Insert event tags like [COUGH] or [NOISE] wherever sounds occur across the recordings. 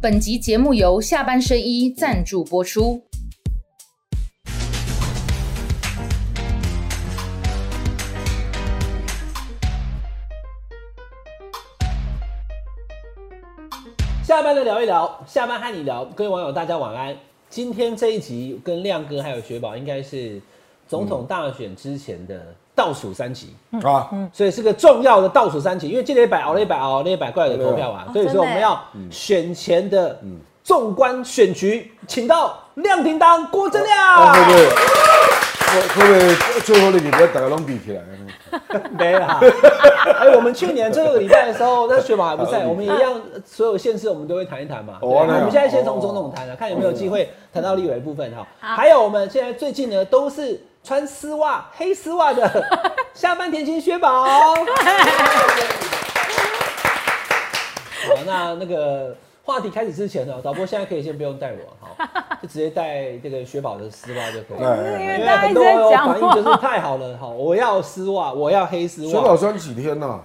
本集节目由下半身衣赞助播出。下班的聊一聊，下班和你聊，各位网友大家晚安。今天这一集跟亮哥还有雪宝应该是总统大选之前的倒数三集，啊，所以是个重要的倒数三集，因为这礼拜熬了一百熬了一百怪的投票啊，哦所以说我们要选前的纵观选局，请到亮叮当郭正啊会不亮，会？会会不会最后那礼拜大家拢比起来？ [LAUGHS] 没啦。哎，我们去年这个礼拜的时候，那雪宝还不在，我们一样，所有县市我们都会谈一谈嘛。嗯哦对我那样哦们现在先从总统谈啊了，看有没有机会谈到立委的部分哈。还有我们现在最近呢，都是穿丝袜、黑丝袜的下半田青雪宝。好，那那个话题开始之前呢，导播现在可以先不用带我，好，就直接带这个雪宝的丝袜就可以了。哎，因因为为大家很一多直网在友讲反应就是话，太好了，好，我要丝袜，我要黑丝水袜老。酸几天呐？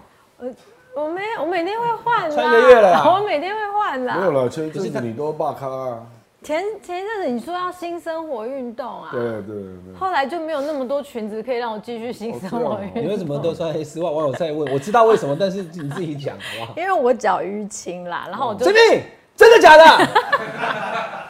我没我每天会换啦，穿一个月了啦我每天会换没有啦。了，前一阵子你都罢咖啊。前前一阵子你说要新生活运动啊，对对对，后来就没有那么多裙子可以让我继续新生活运哦这动，你为什么都穿黑丝袜？网友在问，我知道为什么，但是你自己讲好不好？ [LAUGHS] 因为我脚淤青啦，然后我就志斌，真的假的？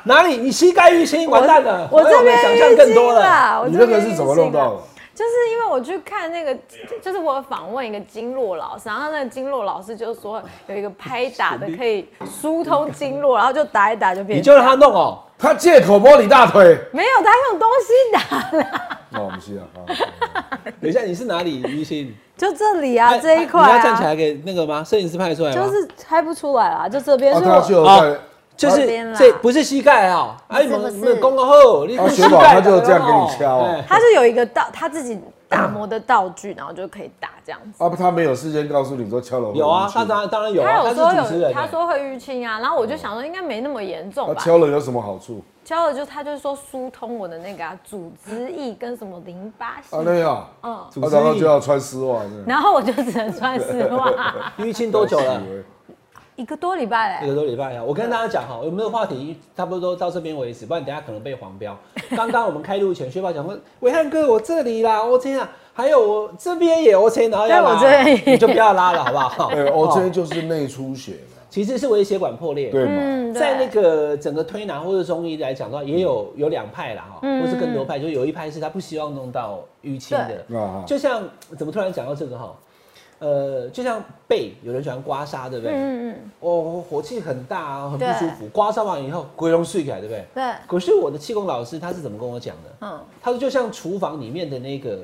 哪里？你膝盖淤青，完蛋了！我网友这们边想象更多淤青了。啦我你这那边个是怎淤么青弄到啦的？就是因为我去看那个，就就是我有访问一个经络老师，然后那个经络老师就说有一个拍打的可以疏通经络，然后就打一打就变。你就让他弄哦。他借口摸你大腿。 [LAUGHS] 没有，他用东西打啦，那我们是啊，啊等一下，你是哪里淤青？就这里啊哎这一块你要站起啊，来给那个吗？摄影师拍得出来吗？就是拍不出来啦，就这边。啊所以他我就在好哦就这是边啦这不是膝盖啊！哎，你不是们你们公了后，你啊膝雪宝盖他就这样给你打敲哦哦。哎他就有一个道他自己打磨的道具，然后就可以打这样子。啊不，他没有事先告诉你说敲了。有啊，他当然当然有他啊，有他说是主持有，人。嗯哦他说会淤青啊，然后我就想说应该没那么严重他啊吧。敲了有什么好处？教了就他就说疏通我的那个、啊、组织液跟什么淋巴系哦啊，那样啊，嗯，啊然后就要穿丝袜。这样然后我就只能穿丝 [LAUGHS] 袜，淤青多久了？一个多礼拜一嘞。个多礼拜啊！我跟大家讲哈，我们的话题差不多到这边为止，不然等一下可能被黄标。刚刚我们开录前，薛宝讲说：“伟汉哥，我这里啦，O K 啊，还有我这边也 O K，然后要拉，对我这边也你就不要拉了，好不好？” [LAUGHS] 对，我哎这哦就是内出血了，其实是微血管破裂。对嘛？嗯，对在那个整个推拿或者中医来讲的话，也有嗯有两派啦哈，嗯或是更多派，就有一派是他不希望弄到淤青的，对啊就像怎么突然讲到这个哈，呃，就像背，有人喜欢刮痧，对不对？嗯嗯哦，火气很大啊，很不舒服。刮痧完以后，鬼龙睡起来，对不对？对可是我的气功老师他是怎么跟我讲的？嗯他说就像厨房里面的那个、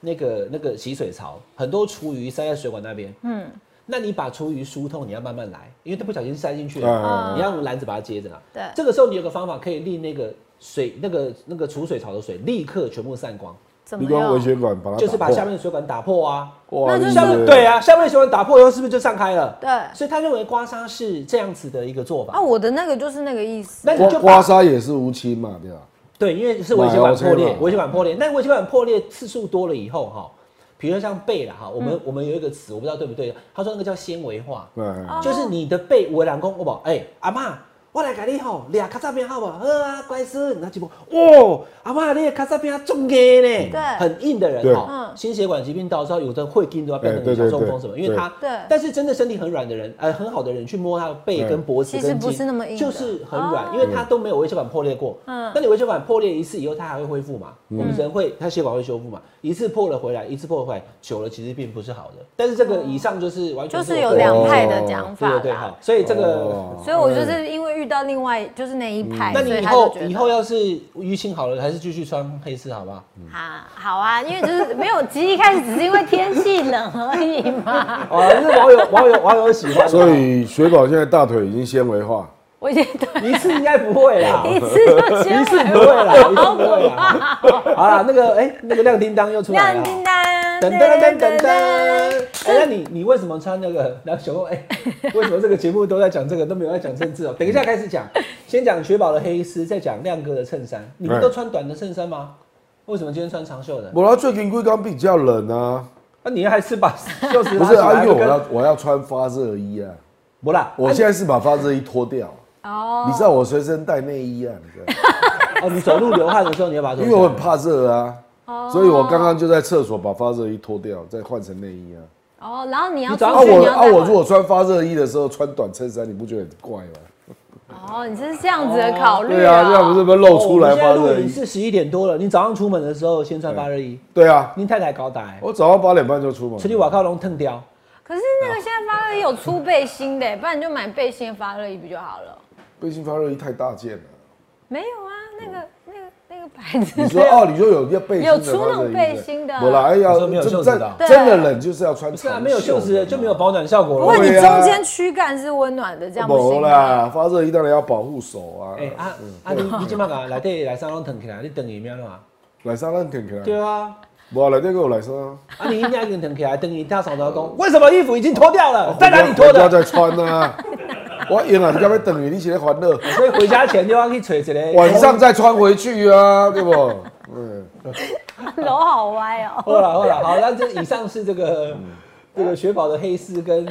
那个、那个洗水槽，很多厨余塞在水管那边。嗯，那你把厨余疏通，你要慢慢来，因为它不小心塞进去嗯了，嗯你要用篮子把它接着啊。对这个时候你有个方法可以令那个水、那个那个储水槽的水立刻全部散光，怎你么光用微？血管把它就是把打破下面的水管打破啊。哇那就是下你面的对啊，下面的水管打破以后是不是就散开了？对所以他认为刮痧是这样子的一个做法啊，。我的那个就是那个意思那。你刮就刮把痧也是无亲嘛，对吧？对，因为是微血管破买裂 OK 嘛，微血管破裂。那微血管破裂次数多了以后哈，比如说像背了哈，我们、我们有一个词，我不知道对不对，他说那个叫纤维化，对，哦就是你的背围栏公，我宝哎阿嬷，我来给你吼，俩卡扎边好不好？好啊，乖孙，那几步哦，阿嬷，你的卡扎边重硬呢，对很硬的人对哈嗯，心血管疾病到时候有的会筋都要变哎对成对小中对风什么，因为对他对但是真的身体很软的人，呃，很好的人去摸他的背对跟脖子其跟筋，实不是那么硬的哦就是很软，因为他都没有微血管破裂过。嗯嗯，那你微血管破裂一次以后，它还会恢复嘛？嗯我们人会，它血管会修复嘛？一次破了回来，一次破了回来，久了其实并不是好的。但是这个以上就是完全哦就是我有个人两派的讲哦对法对对，啦好，，所以这个。哦所以我就是因为遇到另外就是那一派，那所你以他就后觉以得后要是淤青好了，还是继续穿黑丝好不好？嗯啊好啊，因为就是没有，其实一开始只是因为天气冷而已 [LAUGHS] 嘛。哦，这是网友网友网友喜欢。所以雪宝现在大腿已经纤维化，我已经对一次应该不会 [LAUGHS] 啦，一次就一先次回不会啦，一次好不会可啦。怕。好啦，那个哎、那个亮叮当又出来了亮哈。叮当，噔噔噔噔噔噔噔噔！噔，哎，那你你为什么穿那个？然后想问， [LAUGHS] 哎、为什么这个节目都在讲这个，都没有在讲政治哦？等一下开始讲， [LAUGHS] 先讲雪宝的黑丝，再讲亮哥的衬衫。你们都穿短的衬衫吗？为什么今天穿长袖的？我他最近龟缸比较冷啊，那、你还是把袖子不拉是起啊，来因为跟？我要我要穿发热衣啊，不啦，哎我现在是把发热衣脱掉，哦你知道我随身带内衣啊，你知道吗。哦，你走路流汗的时候，你要把它脱因下来为我很怕热啊，哦所以我刚刚就在厕所把发热衣脱掉，再换成内衣啊。哦，然后你要你出早啊上去，起你我要啊带我回如果穿发热衣的时候穿短衬衫，你不觉得很怪吗？哦，你是这样子的考虑对啊，这样不是不是露出来哦哦我们现在发录热影衣？是十一点多了，你早上出门的时候先穿发热衣，对啊，你太太搞打欸，我早上八点半就出门。出去瓦靠龙腾掉，可是那个现在发热衣有出背心的，不然你就买背心的发热衣不就好了？背心发热衣太大件了。没有啊，那个那个那个牌子，你说哦，你就有要背心的啊有出那种发热衣背心的我来你要说没有袖真子的啊真真的冷就是要穿是啊，长没有袖子的的就没有保暖效不果过了。你对啊中间躯干是温暖的，这样不啊没行吗？啦，发热衣当然要保护手啊。哎啊啊，你你今嘛讲来对来上龙腾起来，你等伊咩嘛？来上咱挺起来，对啊，我来这个我来上，啊你一定要腾起来，等你大嫂子公，为什么衣服已经脱掉了，在哪里我脱哦家的？再穿啊。 [LAUGHS] 我永远要要等你，你起来欢乐。所以回家前就要去找一个晚上再穿回去啊，对不？嗯，楼好歪哦。好了好了，好，那这以上是这个这个雪宝的黑丝跟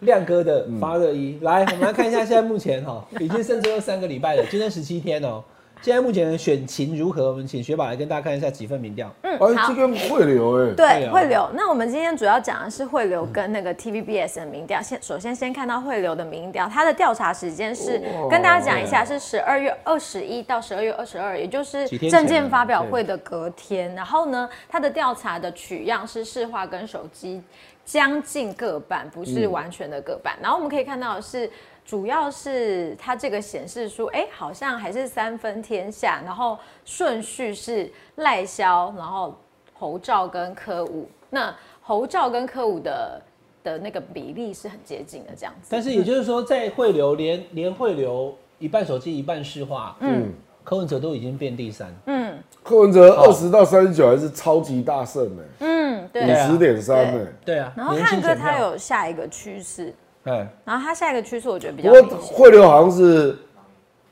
亮哥的发热衣。来，我们来看一下现在目前哈，已经甚至有三个礼拜了，今天十七天哦。现在目前的选情如何？我们请雪宝来跟大家看一下几份民调。嗯哎，这个会流哎，会 [LAUGHS] 对，流汇流。那我们今天主要讲的是汇流跟那个 TVBS 的民调。先首先先看到汇流的民调，它的调查时间是哦跟大家讲一下，是十二月二十一到十二月二十二，也就是几天前证件发表会的隔天。然后呢，它的调查的取样是市话跟手机将近各半，不嗯是完全的各半。然后我们可以看到的是。主要是它这个显示出，哎、好像还是三分天下，然后顺序是赖萧，然后侯照跟科武，那侯照跟科武的的那个比例是很接近的，这样子。但是也就是说，在汇流连连汇流一半手机一半市话，嗯，柯文哲都已经变第三，嗯柯文哲二十到三十九还是超级大胜哎，嗯，五对。啊十点三哎。对啊。然后年汉轻哥选他票，有下一个趋势，哎，然后他下一个趋势我觉得比不较过明显会流好像是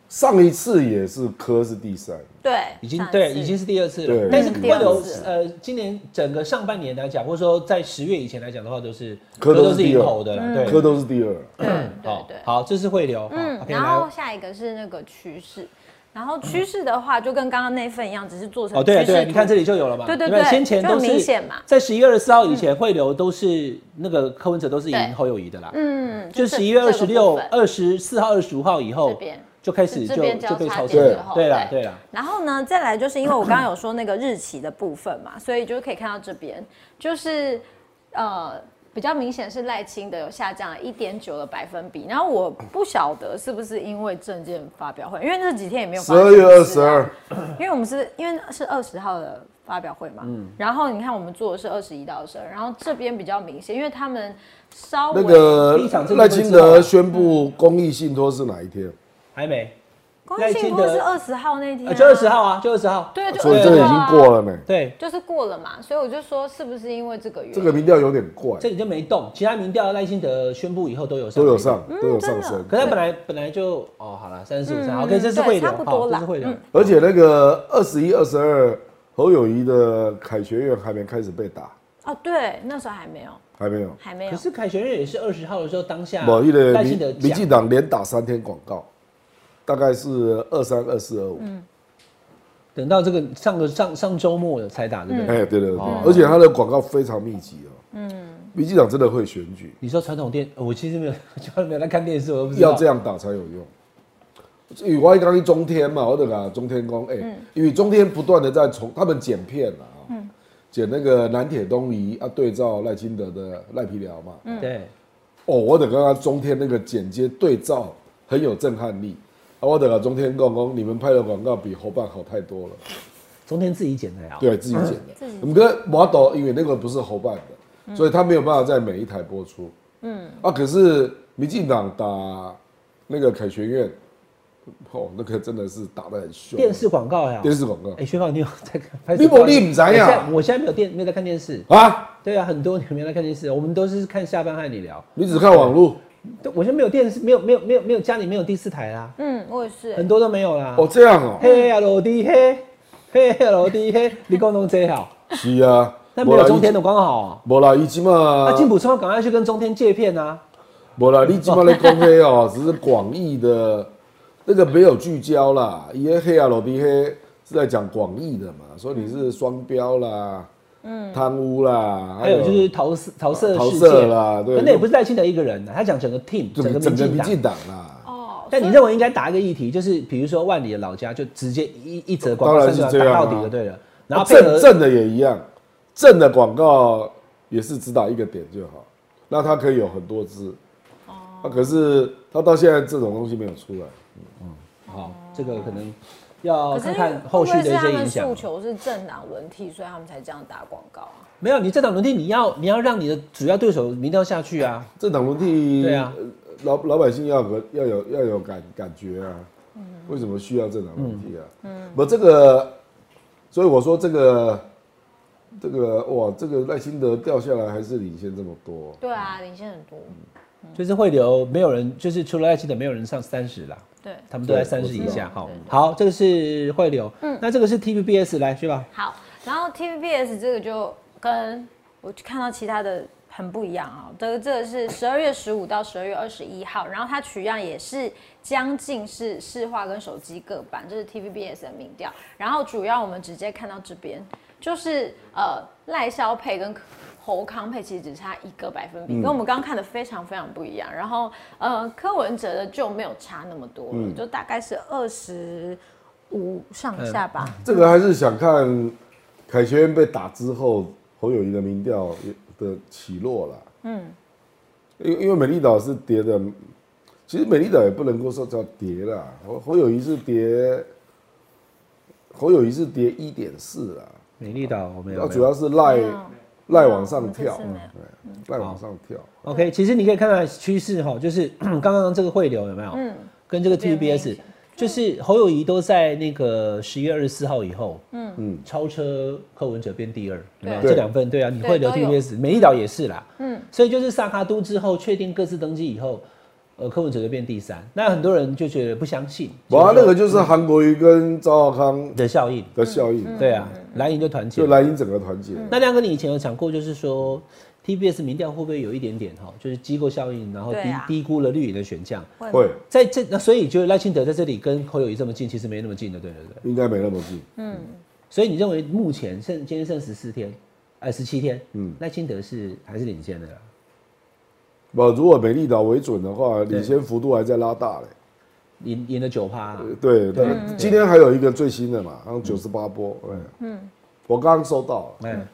上一次也是科是第三，对，已经上一对，次已经是第二次了对。但是嗯汇第流二次呃，今年整个上半年来讲，或者说在十月以前来讲的话，都是柯都是第赢二头的了，对，科都是第二。嗯对嗯对嗯好对，。好，这是汇流。嗯好，，OK，然来哦后，下一个是那个趋势，然后趋势的话就跟刚刚那份一样，只是做成哦，对趋势对，图你看这里就有了嘛，对对不对先前就都很是明显嘛嗯在十一月二十四号以前，汇流都是那个柯文哲都是对赢侯友谊的啦，嗯，就这十一月二十这个部六、分二十四号、二十五号以这后边就开始这就边交就被叉超点前之了后，对啦对对啦。然后呢，再来就是因为我刚刚有说那个日期的部分嘛，所以就可以看到这边就是呃比较明显是赖清德有下降了一点九的百分比。然后我不晓得是不是因为证件发表会，因为那几天也没有十发生二月二十什么事啊二，因为我们是因为是二十号的发表会嘛，嗯然后你看我们做的是二十一到二十二，然后这边比较明显，因为他们稍微那个第一场真的赖不知道清德宣布公益信托是哪一天？还没，公赖信清托德是二十号那天、呃就二十，号啊，就二十号。嗯对，就所以20这已号经啊过了呢。对，就是过了嘛，所以我就说是不是因为这个原因？这个民调有点怪，这里就没动，其他民调赖清德宣布以后都有上，都有。上，都有上真的升。嗯可是他本来本来就哦，好了，三十五三，OK，这是嗯对汇流，差不好多这啦是汇流嗯。而且那个二十一、二十二，侯友谊的凯学院还没开始被打，哦，对，那时候还没有，还没有。还没有可。是凯旋日也是二十号的时候，当下某一嗯个赖清民德民讲进党连打三天广告，大概是二三、二四、二五。等到这个上个上上周末了才打，对不嗯对？哎，对对对，而且他的广告非常密集哦。嗯，民进党真的会选举，你说传统电，我其实没有， [LAUGHS] 从来没有在看电视，我都不知道。要这样打才有用。因为我刚刚中天嘛，我得啊中天公哎、因为中天不断的在重他们剪片了啊、剪那个南铁东移啊，对照赖清德的赖皮聊嘛，对，哦，我得刚刚中天那个剪接对照很有震撼力。啊，我得啊中天公公，你们拍的广告比侯办好太多了。中天自己剪的呀。对，自己剪嗯的。我们跟马导，因为那个不是侯办的，所以他没有办法在每一台播出。嗯，啊，可是民进党打那个凯旋院，哦，那个真的是打得很凶。电视广告呀。电视广告哎，学宝，你有在看？拍你没你不知呀我现在我现在没有电，没有在看电视。啊，对啊，很多年没有在看电视，我们都是看下班和你聊。你只看网络，对我现在没有电视，没有没有没有没有家里没有第四台啦，嗯，我也是很。多都没有啦。哦，这样哦，嘿呀，老弟嘿，嘿呀，老弟嘿，你讲弄这 [LAUGHS] 好，是啊。那没有中天的刚好啊。没啦，伊起码啊，，金普聪赶快去跟中天借片啊！ [LAUGHS] 没啦，你起码在公黑哦，只是广义的那个没有聚焦啦，也黑啊老皮黑是在讲广义的嘛，说你是双标啦，嗯，贪污啦，还有就是桃色桃色哎啊桃事色件啦对可那也不是赖清德一个人啊，他讲整个 team，整个民整个进民党。进党啦，哦，但你所以认为应该打一个议题，就是比如说万里的老家，就直接一一则广当告然三十万是这打样啊哦到底就对了。然后配合正正的也一样，正的广告也是只打一个点就好，那它可以有很多支，那、可是它到现在这种东西没有出来，好，这个可能要可是看看后续的一会不些会是他影们响啊诉。求是政党轮替，所以他们才这样打广告啊。没有，你这场轮替你要你要让你的主要对手民调下去啊。政党轮替，对啊呃，老老百姓要有个要有要有感感觉啊，为什么需要政党轮替啊？嗯，我这个，所以我说这个，这个哇，这个赖清德掉下来还是领先这么多，对啊，领先很多。就是会留没有人，就是除了赖清德，没有人上三十啦，对，他们都在对三我十知以道下。好对，好，这个是会留，那这个是 TVBS 来去吧。好，然后 TVBS 这个就跟我去看到其他的很不一样啊、这个这个是十二月十五到十二月二十一号，然后它取样也是将近是市话跟手机各半，这是 TVBS 的民调。然后主要我们直接看到这边，就是呃赖萧配跟侯康配其实只差一个百分比，跟我们刚刚看的非常非常不一样。然后呃柯文哲的就没有差那么多了，就大概是二十五上下吧。这个还是想看凯旋院被打之后，侯友谊的民调的起落啦。嗯，因因为美丽岛是跌的，其实美丽岛也不能够说叫跌啦，侯侯友谊是跌，侯友谊是跌一点四啦，美丽岛我没有那没主有。要是赖嗯赖往上我跳嗯们这次没有，对赖往上跳。 OK，其实你可以看到趋势哈，就是 [CLEARS THROAT] 刚刚这个汇流有没有？跟这个嗯有点明 TVBS 显就是侯友谊都在那个十一月二十四号以后，嗯嗯，超车柯文哲变第二，有没有对这两份对啊，你对会留都有 TVBS，美丽岛也是啦，嗯，所以就是萨卡都之后确定各自登记以后，呃，柯文哲就变第三，那很多人就觉得不相信，哇，就是那个就是韩国瑜跟赵浩康的效应，的效应，对啊，嗯蓝营就团结就了，蓝营整个团结。那亮哥，你以前有讲过，就是说 TBS 民调会不会有一点点哈，就是机构效应，然后低、对啊低估了绿营的选项，会在这那所以就赖清德在这里跟侯友谊这么近，其实没那么近的，对对对。应该没那么近，所以你认为目前剩今天剩十四天，哎十七天，嗯，赖清德是还是领先的啦。不，如果美丽岛为准的话，领先幅度还在拉大嘞。赢赢了九趴啦，对对，今天还有一个最新的嘛，好像九十八波，嗯，我刚刚收到，哎，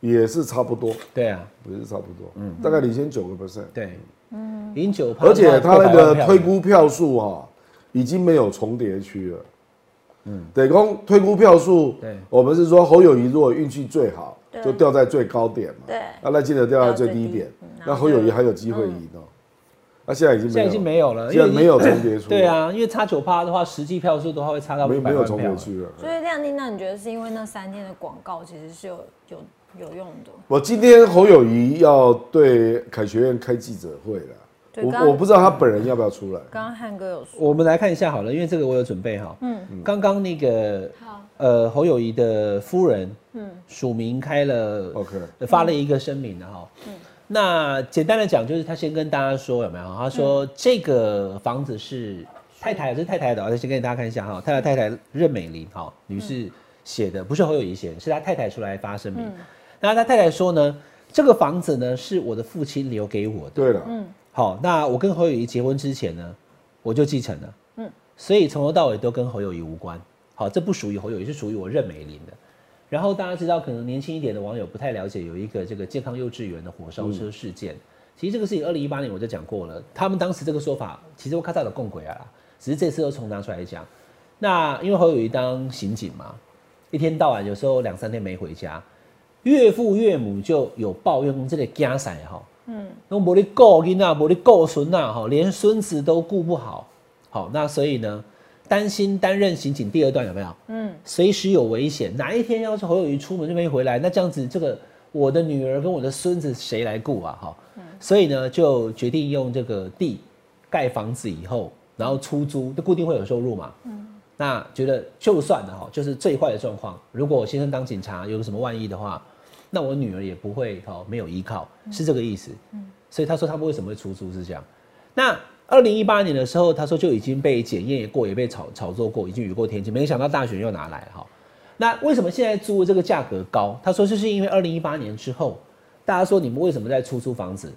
也是差不多，对啊，也是差不多，大概领先九个 percent，对，嗯，赢九趴，而且他那破百万个票推估票数哈，已经没有重叠区了，嗯，得公推估票数，对我们是说侯友谊如果运气最好，对就掉在最高点嘛，对那赖清德掉在最低掉最点低嗯，嗯那然后侯就友谊还有机会赢哦，那现在已经现在已经没有了，现在因为没有重叠出，对，啊，因为差九趴的话，实际票数的话会差到没一没百有万重票叠了。区了。所以亮弟，那你觉得是因为那三天的广告其实是有有有用的？我今天侯友谊要对凯学院开记者会了，对刚我我不知道他本人要不要出来。刚刚汉哥有说，我们来看一下好了，因为这个我有准备哈。嗯，刚刚那个好呃侯友谊的夫人，嗯，署名开了 OK 呃发了一个声明的哈。嗯，那简单的讲就是他先跟大家说有没有？他说这个房子是太太，这是太太的哦，先给大家看一下哈，太太太太任美玲哈女士写的，不是侯友谊写的，是他太太出来发声明。那他太太说呢，这个房子呢是我的父亲留给我的。对了，嗯好，那我跟侯友谊结婚之前呢，我就继承了，嗯，所以从头到尾都跟侯友谊无关。好，这不属于侯友谊，是属于我任美玲的。然后大家知道，可能年轻一点的网友不太了解，有一个这个健康幼稚园的火烧车事件。其实这个事情，二零一八年我就讲过了，他们当时这个说法，其实我看到的共轨啊啦，只是这次又重拿出来讲。那因为侯友谊当刑警嘛，一天到晚有时候两三天没回家，岳父岳母就有抱怨这个家散哈，那没得顾囡仔，没得顾孙呐，哈，连孙子都顾不好，好，那所以呢，担心担任刑警第二段有没有？嗯，随时有危险，哪一天要是侯友谊出门就没回来，那这样子这个我的女儿跟我的孙子谁来顾啊？哈、所以呢，就决定用这个地盖房子以后，然后出租，就固定会有收入嘛，那觉得就算了哈，就是最坏的状况，如果我先生当警察有什么万一的话，那我女儿也不会哈没有依靠，是这个意思。所以他说他们为什么会出租是这样。那二零一八年的时候，他说就已经被检验过，也被炒炒作过，已经雨过天晴。没想到大选又拿来哈。那为什么现在租这个价格高？他说就是因为二零一八年之后，大家说你们为什么在出租房子？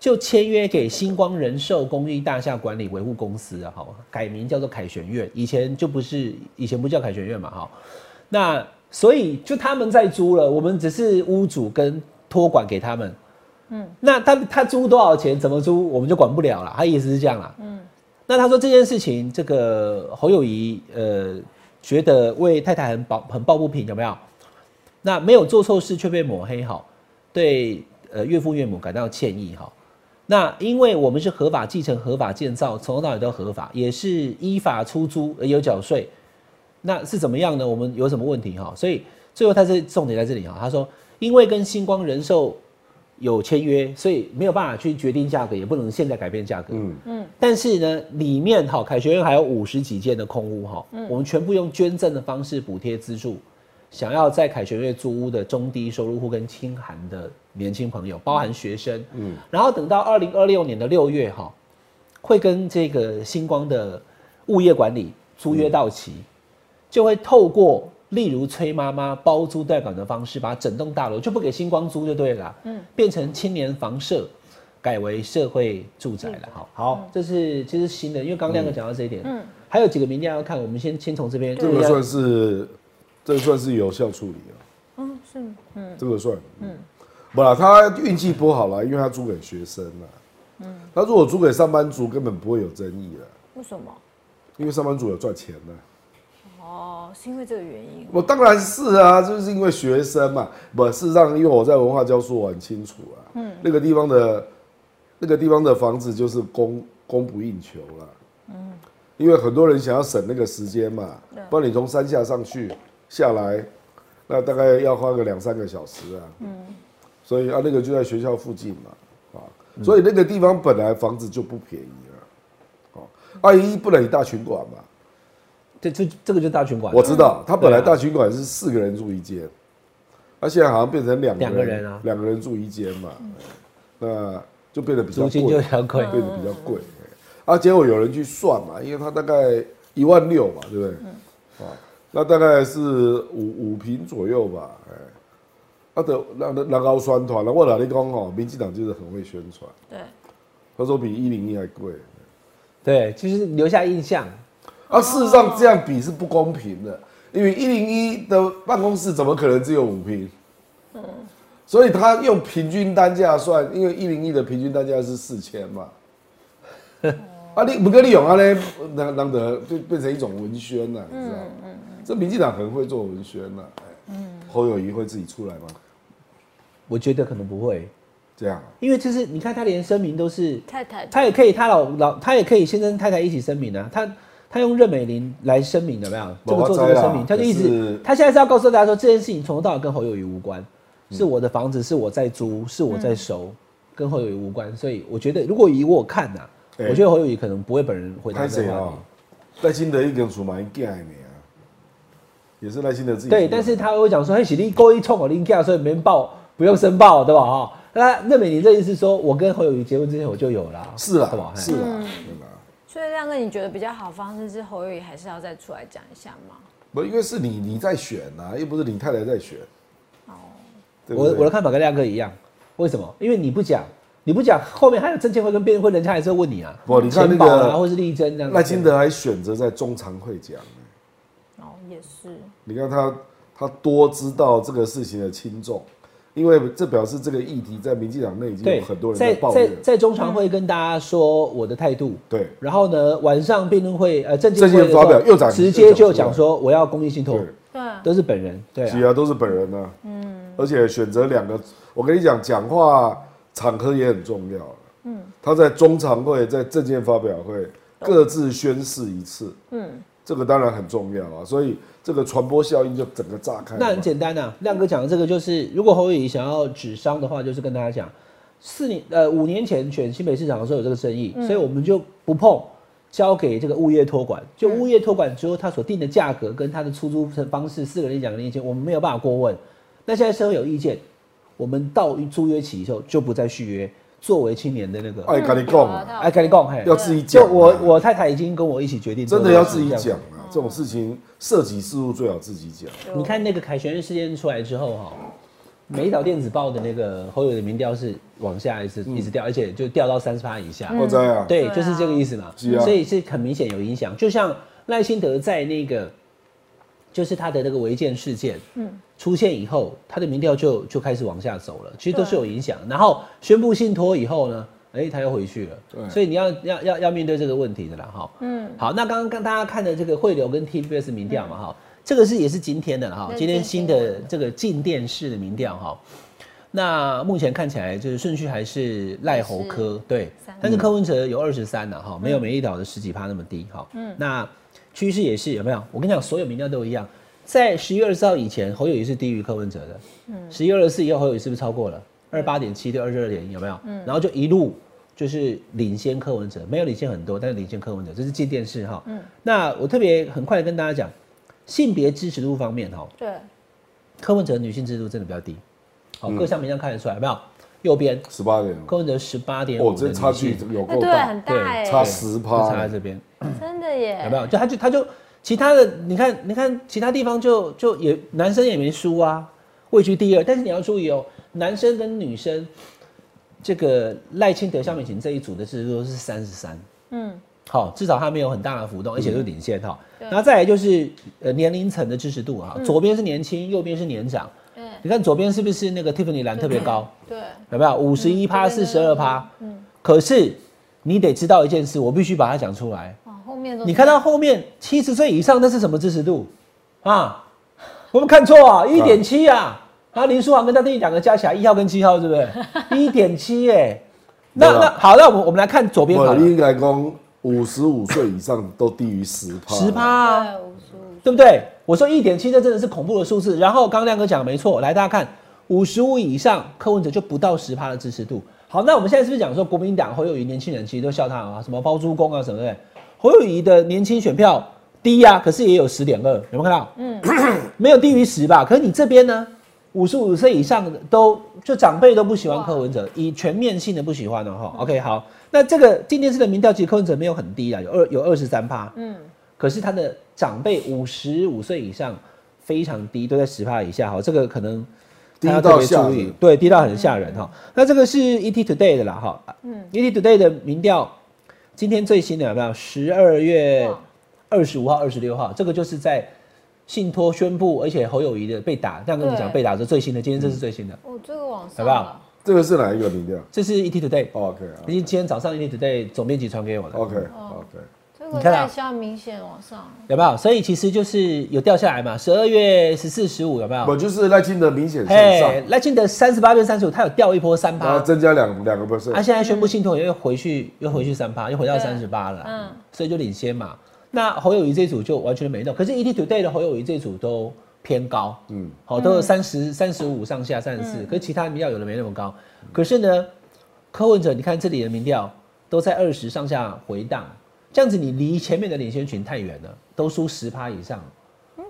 就签约给星光人寿公益大厦管理维护公司啊，好，改名叫做凯旋苑，以前就不是，以前不叫凯旋苑嘛，哈。那所以就他们在租了，我们只是屋主跟托管给他们。嗯，那他他租多少钱，怎么租，我们就管不了了。他意思是这样啦。嗯，那他说这件事情，这个侯友谊呃觉得为太太很抱很抱不平，有没有？那没有做错事却被抹黑，哈，对呃岳父岳母感到歉意，哈。那因为我们是合法继承、合法建造，从头到尾都合法，也是依法出租，呃有缴税。那是怎么样呢？我们有什么问题哈？所以最后他是重点在这里哈。他说，因为跟星光人寿有签约，所以没有办法去决定价格，也不能现在改变价格。嗯嗯。但是呢，里面哈凯学院还有五十几间的空屋哈，我们全部用捐赠的方式补贴资助，想要在凯旋苑租屋的中低收入户跟清寒的年轻朋友，包含学生。嗯。然后等到二零二六年的六月哈，会跟这个星光的物业管理租约到期。就会透过例如崔妈妈包租代管的方式，把整栋大楼就不给星光租就对了，嗯，变成青年房舍，改为社会住宅了。好，好，这是其实新的，因为刚亮哥讲到这一点，嗯，还有几个民调要看，我们先先从这边，这个算是，这个算是有效处理啊。嗯，是吗，嗯，这个算，嗯，不啦，他运气不好啦，因为他租给学生啦，嗯，他如果租给上班族，根本不会有争议了，为什么？因为上班族有赚钱呢。哦，是因为这个原因。我当然是啊，就是因为学生嘛。不，事实上，因为我在文化教书，我很清楚啊。嗯，那个地方的，那个地方的房子就是供供不应求了。嗯，因为很多人想要省那个时间嘛，不然你从山下上去下来，那大概要花个两三个小时啊。嗯，所以啊，那个就在学校附近嘛，啊，所以那个地方本来房子就不便宜了。哦，阿姨不能以大群馆嘛。这这这个就是大群馆，我知道，他本来大群馆是四个人住一间，他、啊、现在好像变成两两个人啊，嗯两个人住一间嘛，那就变得比较租金就贵比，较贵。变得比较贵。啊，结果有人去算嘛，因为他大概一万六嘛，对不对？啊，那大概是五五平左右吧，哎，啊，得让让高宣传了。我老你讲哦，民进党就是很会宣传，对，他说比一零一还贵。对，就是留下印象。啊，事实上这样比是不公平的，因为一零一的办公室怎么可能只有五平？所以他用平均单价算，因为一零一的平均单价是四千嘛。哦啊，你不跟你用啊嘞，那难得就变成一种文宣了、嗯你知道吗？这民进党很会做文宣呐、嗯，侯友谊会自己出来吗？我觉得可能不会，这样啊，因为就是你看他连声明都是，太太他也可以他老老他也可以先跟太太一起声明啊，他他用任美玲来声明有没有？这个做这个声明，他就一可是直他现在是要告诉大家说这件事情从头到尾跟侯友谊无关，嗯是我的房子是我在租，是我在收，跟侯友谊无关。所以我觉得如果以我看呐、对我觉得侯友谊可能不会本人回答拍这谁个话啊题。？赖清德一根出蛮假的啊，也是赖清德自己出来对，的。但是他会讲说，嘿，喜力故意冲我林家，所以没人报，不用申报，对吧？哈，那任美玲这意思是说，我跟侯友谊结婚之前我就有了，是啦对吧，？是啦，对啦。所以亮哥，你觉得比较好的方式是侯友宜还是要再出来讲一下吗？不，因为是你你在选啊，又不是你太太在选。哦，我我的看法跟亮哥一样，为什么？因为你不讲，你不讲，后面还有证监会跟辩论会，人家还是会问你啊。不你看那个钱宝啊，或是力争这样子。赖清德还选择在中常会讲，哦，也是，你看他他多知道这个事情的轻重，因为这表示这个议题在民进党内已经对有很多，人在在抱在怨。在中常会跟大家说我的态度。对然后呢，晚上辩论会呃，证监证会监发表又讲直接就又讲讲说我要公益信托，对，对啊，都是本人对其啊，他都是本人呢、嗯，而且选择两个，我跟你讲，讲话场合也很重要。嗯，他在中常会、在政见发表会各自宣誓一次。嗯，这个当然很重要啊，所以这个传播效应就整个炸开了那嘛。很简单啊，亮哥讲的这个就是，如果侯友宜想要指商的话，就是跟大家讲，四年呃五年前选新北市长的时候有这个争议，嗯所以我们就不碰，交给这个物业托管。就嗯物业托管之后，他所定的价格跟他的出租方式，四个人两个人意见，我们没有办法过问。那现在社会有意见，我们到租约期以后就不再续约。作为青年的那个，爱跟你有啊讲，他有哎，跟你讲，嘿，要自己讲就啊。我我太太已经跟我一起决定，真的要自己讲。啊，这种事情涉及事物最好自己讲。你看那个凯旋事件出来之后哈，美岛电子报的那个侯友的民调是往下一直一直掉，而且就掉到三十趴以下。我知啊，嗯对，对啊就是这个意思嘛。是啊所以是很明显有影响。就像赖清德在那个，就是他的那个违建事件，嗯，出现以后，他的民调就就开始往下走了，其实都是有影响。然后宣布信托以后呢，哎、他又回去了。对所以你要要要要面对这个问题的啦，哈。嗯，好，那刚刚跟大家看的这个汇流跟 TBS 民调嘛，哈、这个是也是今天的了哈那，是嗯今天今新天的这个进电视的民调哈。那目前看起来就是顺序还是赖侯科对三，但是柯文哲有二十三了哈，没有美丽岛的十几趴那么低哈。嗯，那趋势也是有没有？我跟你讲，所有民调都一样，在十月二十号以前，侯友谊是低于柯文哲的。嗯，十月二十四以后，侯友谊是不是超过了二八点七对二十二点一？有没有？嗯，然后就一路就是领先柯文哲，没有领先很多，但是领先柯文哲，这是进电视哈。嗯，那我特别很快地跟大家讲，性别支持度方面哈，对，柯文哲女性支持度真的比较低，好，嗯各项名上看得出来有没有？右边十八点，柯文哲十八点哦五，的这女差距性有哎够对，大很，大哎，差10%就差在这边，真的耶，有没有？就他就他就其他的，你看你看其他地方就就也男生也没输啊，位居第二，但是你要注意哦，男生跟女生这个赖清德、萧美琴这一组的支持度是三十三，嗯，好，至少它没有很大的浮动，而且都领先哈。对嗯然后再来就是呃年龄层的支持度啊，左边是年轻，右边是年长。对你看左边是不是那个 Tiffany 蓝特别高？对，有没有？五十一趴、嗯对对嗯四对十二趴。可是你得知道一件事，我必须把它讲出来。哇，哦后面都你看到后面七十岁以上，那是什么支持度啊？我们看错啊，一点七啊。然后林书豪跟他弟两个加起来，一号跟七号是不是？一点七耶。那对啊那好，那我们我们来看左边好我了，应该讲五十五岁以上都低于十趴，十趴、啊。对五十五，对不对？我说一点七，这真的是恐怖的数字。然后刚刚亮哥讲的没错，来大家看，五十五以上柯文哲就不到十趴的支持度。好，那我们现在是不是讲说国民党侯友谊年轻人其实都笑他啊，什么包租公啊什么的？侯友谊的年轻选票低呀、可是也有十点二，有没有看到？嗯，没有低于十吧？可是你这边呢，五十五岁以上的都就长辈都不喜欢柯文哲，以全面性的不喜欢了、哈。OK，好，那这个今天是的民调，其实柯文哲没有很低啊，有二有二十三趴。嗯，可是他的长辈五十五岁以上非常低，都在十趴以下哈，这个可能低大家特到别吓注意人，，对，低到很吓人哈。那这个是 ET Today 的啦哈，嗯，ET Today 的民调今天最新的有没有？十二月哇二十五号、二十六号，这个就是在信托宣布，而且侯友谊的被打，这样跟你讲对被打是最新的，今天这是最嗯新的，我哦这个往好上不好了，？这个是哪一个民调这是 ET Today， ？OK 啊因为今天早上 ET Today 总编辑传给我的。 ，OK OK，这你个看啊在校明显往上，有没有？所以其实就是有掉下来嘛，十二月十四、十五有没有？我就是赖清德明显向上哎，，赖清德三十八变三十五，他有掉一波三然后趴，增加两两个 percent 他。啊现在宣布信托又回去又回去三趴，又回到对三十八了，嗯嗯，所以就领先嘛。那侯友谊这组就完全没动，可是 ET Today 的侯友谊这组都偏高，嗯，好，都有三十三十五上下三十嗯四，可是其他民调有的没那么高，可是呢，柯文哲你看这里的民调都在二十上下回荡，这样子你离前面的领先群太远了，都输十趴以上，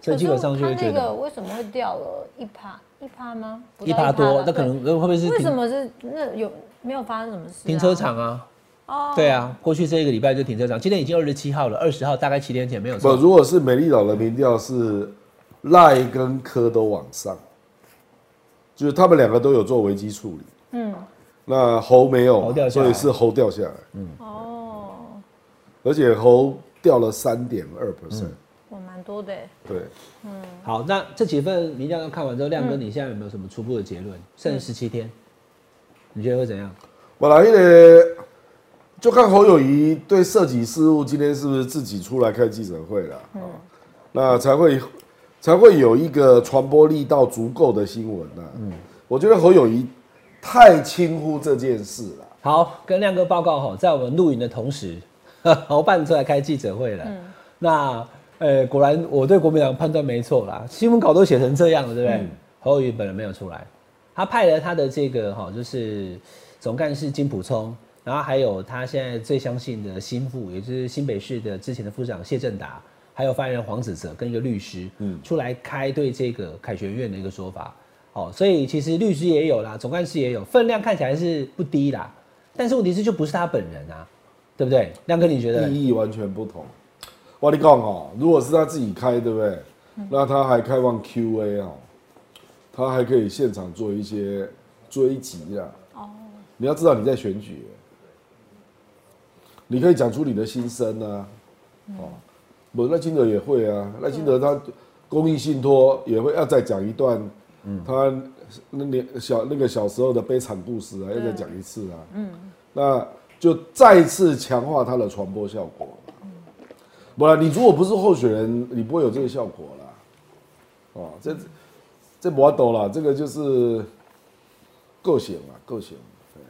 所以基本上就会嗯可是觉它那个得为什么会掉了一趴一趴吗？不到一趴多吧，那可能会不会是对为什停么是那有没有发生什么事啊？停车场啊？哦，对啊，过去这一个礼拜就停车场，今天已经二十七号了，二十号大概七天前没有不，错。如果是美丽岛的民调是赖跟科都往上，就是他们两个都有做危机处理。嗯，那侯没有侯掉嘛，下来嗯所以是侯掉下来，哦，而且侯掉了三点二 percent。嗯我蛮多的欸耶，对，好，那这几份民调都看完之后，亮哥，你现在有没有什么初步的结论？剩十七天，你觉得会怎样？本来那个就看侯友谊对涉及事务今天是不是自己出来开记者会了啊、那才会才会有一个传播力道足够的新闻呢、嗯，我觉得侯友谊太轻忽这件事了。好，跟亮哥报告哈，在我们录影的同时， [LAUGHS] 侯办出来开记者会了。那呃，果然我对国民党判断没错啦，新闻稿都写成这样了，对不对？侯友宜本人没有出来，他派了他的这个哈，就是总干事金溥聪，然后还有他现在最相信的新副，也就是新北市的之前的副市长谢振达，还有发言人黄子哲跟一个律师，嗯，出来开对这个凯旋院的一个说法。哦，所以其实律师也有啦，总干事也有，分量看起来是不低啦。但是问题是就不是他本人啊，对不对？亮哥，你觉得？意义完全不同。我跟你讲哦，如果是他自己开，对不对？那他还开放 Q&A 哦，他还可以现场做一些追击啊。哦，你要知道你在选举，你可以讲出你的心声啊。哦，我赖清德也会啊，赖清德他公益信托也会要再讲一段，嗯他那年小那个小时候的悲惨故事啊，要再讲一次啊。嗯，那就再次强化它的传播效果。不然你如果不是候选人，你不会有这个效果啦。哦，这这不懂啦，这个就是够险嘛，够险。对，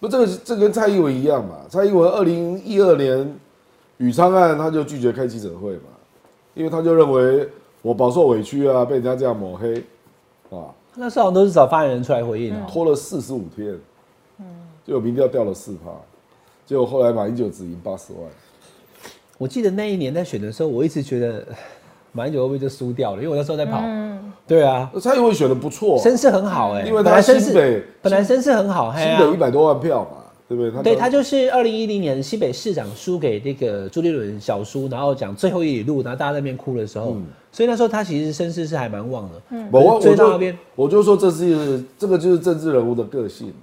不，这个这跟蔡英文一样嘛。蔡英文二零一二年宇昌案，他就拒绝开记者会嘛，因为他就认为我饱受委屈啊，被人家这样抹黑啊，那时候好像都是找发言人出来回应哦。拖了四十五天，结果民调掉了四趴，结果后来马英九只赢八十万。我记得那一年在选的时候，我一直觉得呃马英九会不会就输掉了，因为我那时候在跑。对啊，呃那蔡英文选的不错，声势很好哎、因为本来他声新北势本来声势很好，嘿新啊北一百多万票嘛，对不对？他对他就是二零一零年新北市长输给那个朱立伦小叔，然后讲最后一里路，然后大家在那边哭的时候，嗯所以那时候他其实声势是还蛮旺的。嗯，我我追到那就边，我就说这是这个就是政治人物的个性啊。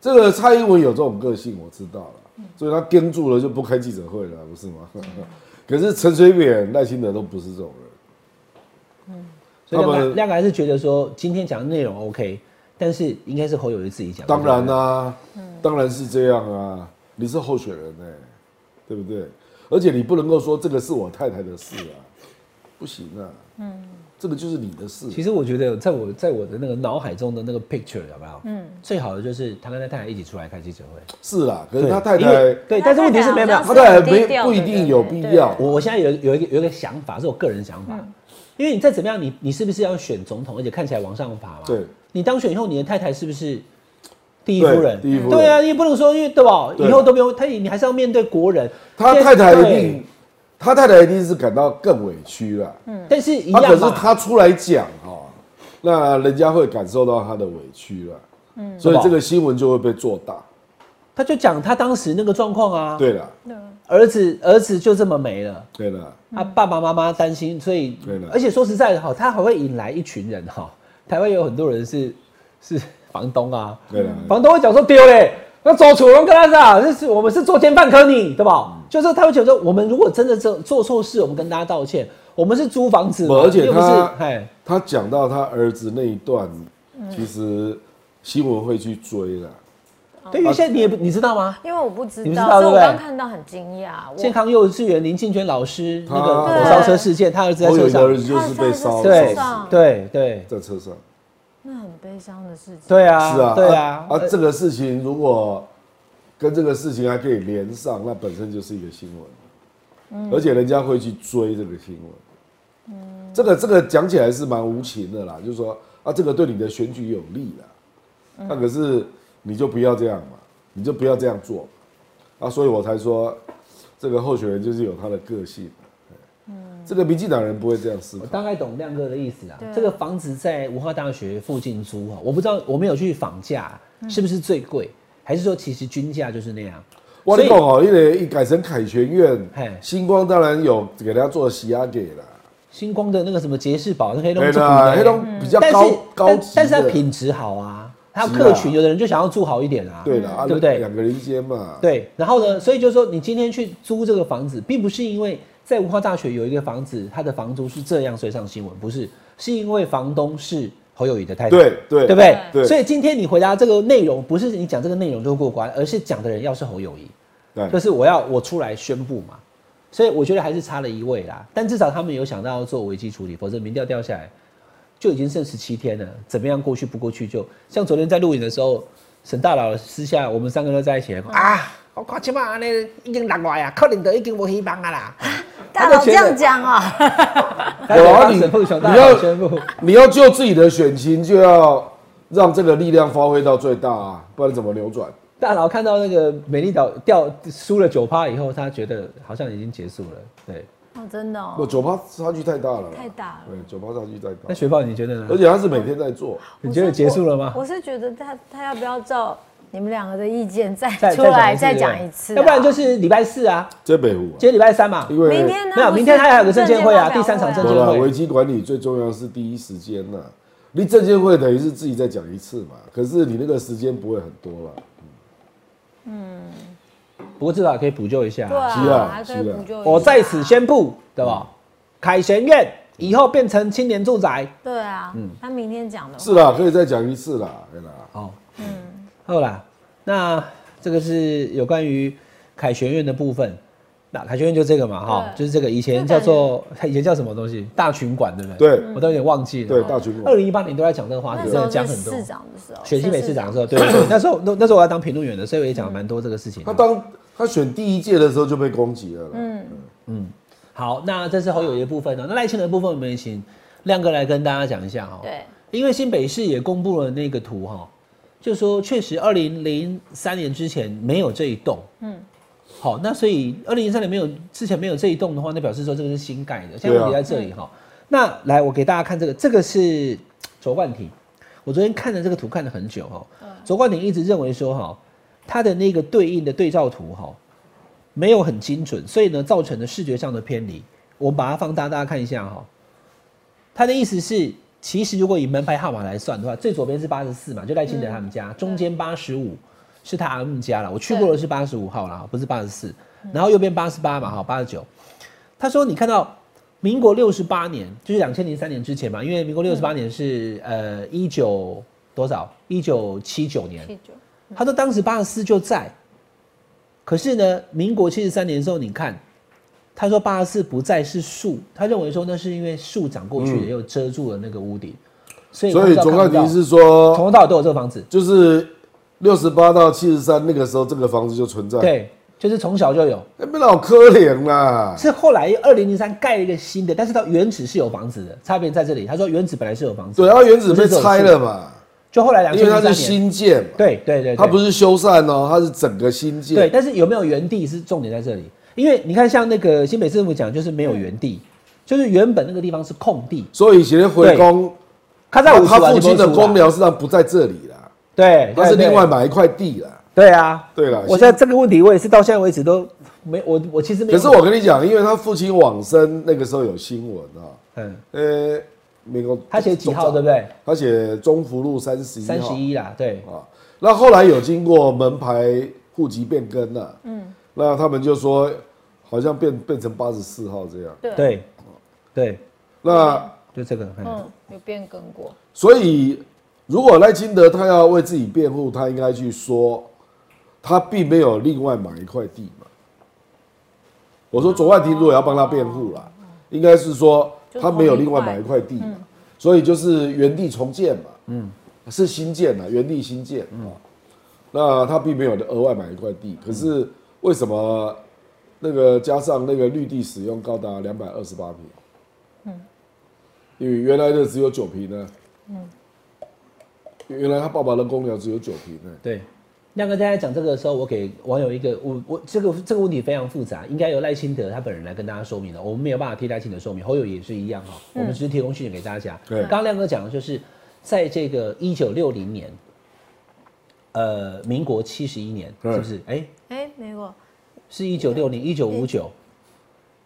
这个蔡英文有这种个性，我知道了，所以他跟住了就不开记者会了，不是吗？ [LAUGHS] 可是陈水扁、赖清德都不是这种人，所以亮哥他们亮哥还是觉得说今天讲的内容 OK，但是应该是侯友谊自己讲。当对然不对啦、当然是这样啊，你是候选人呢、对不对？而且你不能够说这个是我太太的事啊，不行啊，嗯，这个就是你的事，其实我觉得，在我在我的那个脑海中的那个 picture 有没有？嗯，最好的就是他跟他太太一起出来开记者会。是啦。可是他太因为太，对，但是问题是没有没有，他太太很低没调不的一定有人必对要，我我现在有有一个有一个想法，是我个人想法，嗯因为你再怎么样，你你是不是要选总统，而且看起来往上爬嘛？对，你当选以后，你的太太是不是第一夫人？对第一夫人对啊，你也不能说，因为对吧？对以后都不用，他你还是要面对国人。他现在太太一对定，他太太一定是感到更委屈了。但是嗯一他样啊可是嘛他出来讲哈、那人家会感受到他的委屈了。嗯，所以这个新闻就会被做大。他就讲他当时那个状况啊，对了，儿子儿子就这么没了。对了，啊，爸爸妈妈担心，所以对了而且说实在的哈，他还会引来一群人哈。台湾有很多人是是房东啊，对了，房东会讲说丢嘞，那走楚龙跟他啥？这是我们是做奸犯科你，对嗯吧？就是他会觉得说我们如果真的做做错事，我们跟大家道歉。我们是租房子嘛，不而且又不是他哎，他讲到他儿子那一段，嗯其实新闻会去追了。对，啊因为现在你也不你知道吗？因为我不知你不知道，道所以对我不对刚看到很惊讶。我健康幼稚园林清泉老师那个火他烧车事件，他儿子在我有车一个儿上，子就是被烧，他在对车上对对在车上。那很悲伤的事情。对啊，是啊，对啊，啊，这个事情如果跟这个事情还可以连上，那本身就是一个新闻，而且人家会去追这个新闻，这个这个讲起来是蛮无情的啦，就是说啊，这个对你的选举有利啦，那可是你就不要这样嘛，你就不要这样做嘛，啊，所以我才说这个候选人就是有他的个性，嗯，这个民进党人不会这样思我考，大概懂亮哥的意思啦对啊。这个房子在文化大学附近租哈，我不知道我没有去访价，嗯是不是最贵，还是说其实均价就是那样？我跟你所讲以哦，因为一改成凯旋苑嘿，星光当然有给人家做洗牙给啦，星光的那个什么杰士堡，那黑龙对江啦，黑龙比较嗯但是高高但级但是它的，品质好啊，它有是啊客群，有的人就想要住好一点啊，对啦，啊对不对？两个人一间嘛，对，然后呢，所以就是说，你今天去租这个房子，并不是因为在文化大学有一个房子，它的房租是这样，所以上新闻，不是，是因为房东是侯友谊的太太，对对对不对？对所以今天你回答这个内容，不是你讲这个内容就过关，而是讲的人要是侯友谊，就对，是我要我出来宣布嘛。所以我觉得还是差了一位啦，但至少他们有想到要做危机处理，否则民调掉下来就已经剩十七天了，怎么样过去不过去就像昨天在录影的时候，沈大佬私下我们三个都在一起、啊，我看起码那已经落来啊，可能都已经无希望啊啦。大佬这样讲啊， [LAUGHS] 有啊沈凤雄大你佬要宣布，你要救自己的选情，就要让这个力量发挥到最大啊，不然怎么扭转？大佬看到那个美丽岛掉输了九趴以后，他觉得好像已经结束了。对，哦，真的不，哦，酒吧差距太大了啦，太大了对，酒吧差距太那大，雪豹你觉得呢嗯而？且他是每天在做，我你觉得是结束了吗？我是觉得他他要不要照你们两个的意见再再出来再再讲讲一一次次对对，啊，要不然就是礼拜四啊，在北湖、啊，今天礼拜三嘛，因为明天呢？没有不是明天他还有个证监会啊证第三场证不监监会啦，危机管理最重要是第一时间呐、你证监会等于是自己再讲一次嘛，可是你那个时间不会很多了。不过至少可以补救一下啊。对是啊啊，还可以是啊补救一下。我在此宣布，对吧？凯旋苑以后变成青年住宅。对啊，嗯他明天讲的。是啦，可以再讲一次啦，哎啦，哦，嗯，好啦，那这个是有关于凯旋苑的部分。那凯旋苑就这个嘛，哈，对就是这个以前叫做以前叫什么东西？大群馆对不对？对我都有点忘记了。对大群馆哦二零一八年都在讲这个话题，真的那时候啊讲是很多。市长的时候，选新北市长的时候，对对对，那时候那那时候我要当评论员的，所以我也讲了蛮多这个事情。他当他选第一届的时候就被攻击了啦，嗯好，那这是侯友谊的部分呢、哦那赖清德的部分我们也请亮哥来跟大家讲一下哈、哦对，因为新北市也公布了那个图哈、就说确实二零零三年之前没有这一栋，嗯，好，那所以二零零三年没有之前没有这一栋的话，那表示说这个是新盖的。现在对啊问题在这里哈、那来，我给大家看这个，这个是卓冠廷，我昨天看了这个图看了很久哈、卓冠廷一直认为说哈、哦它的那个对应的对照图哈、没有很精准，所以呢造成了视觉上的偏离。我们把它放大，大家看一下哈、他的意思是，其实如果以门牌号码来算的话，最左边是八十四嘛，就赖清德他们家，中间八十五是他阿姆家了，我去过的是八十五号啦，不是八十四，然后右边八十八嘛，哈，八十九。他说你看到民国六十八年，就是两千零三年之前嘛，因为民国六十八年是、呃一九多少一九七九年，气酒他说当时八十四就在，可是呢，民国七十三年的时候，你看，他说八十四不在是树，他认为说那是因为树长过去了，又遮住了那个屋顶，所以嗯所以总看冠不到廷是从说，头到尾都有这个房子，就是六十八到七十三那个时候，这个房子就存在。，对，就是从小就有，哎，被老可怜啦，是后来二零零三盖了一个新的，但是它原址是有房子的，差别在这里。他说原址本来是有房子，对，然后原址被拆了嘛，就后来两因千为零它三是年，新建嘛，对对对，它不是是修缮哦，它是整个新建。对，但是有没有原地是重点在这里，因为你看像那个新北市政府讲，就是没有原地，就是原本那个地方是空地。所以以前回宫，他在五十他万父亲的公公寮实际上不在这里啦，对，他是哎对另外买一块地啦。对对啊，对啦我现在这个问题，我也是到现在为止都没我我其实没有。可是我跟你讲，因为他父亲往生那个时候有新闻啊，嗯，呃，民国他写几号对不对？他写中福路三十一三十一啦，对，啊。那后来有经过门牌户籍变更了、嗯，那他们就说好像变变成八十四号这样。对，啊对，对，那就这个。嗯，嗯，有变更过，所以，如果赖清德他要为自己辩护，他应该去说，他并没有另外买一块地嘛。我说左万庭如果要帮他辩护啦，应该是说他没有另外买一块地嘛，所以就是原地重建嘛，嗯，是新建啊，原地新建啊。那他并没有额外买一块地，可是为什么那个加上那个绿地使用高达两百二十八平？因为原来的只有九啊平呢。原来他爸爸的公寮只有九平呢。对。亮哥在讲这个的时候，我给网友一个，我我这个这个问题非常复杂，应该由赖清德他本人来跟大家说明的，我们没有办法替赖清德说明，侯友宜也是一样哈、我们只是提供讯息给大家。对刚刚亮哥讲的就是，在这个一九六零年，呃，民国七十一年，是对不是？哎、哎，没过，是一九六零、一九五九、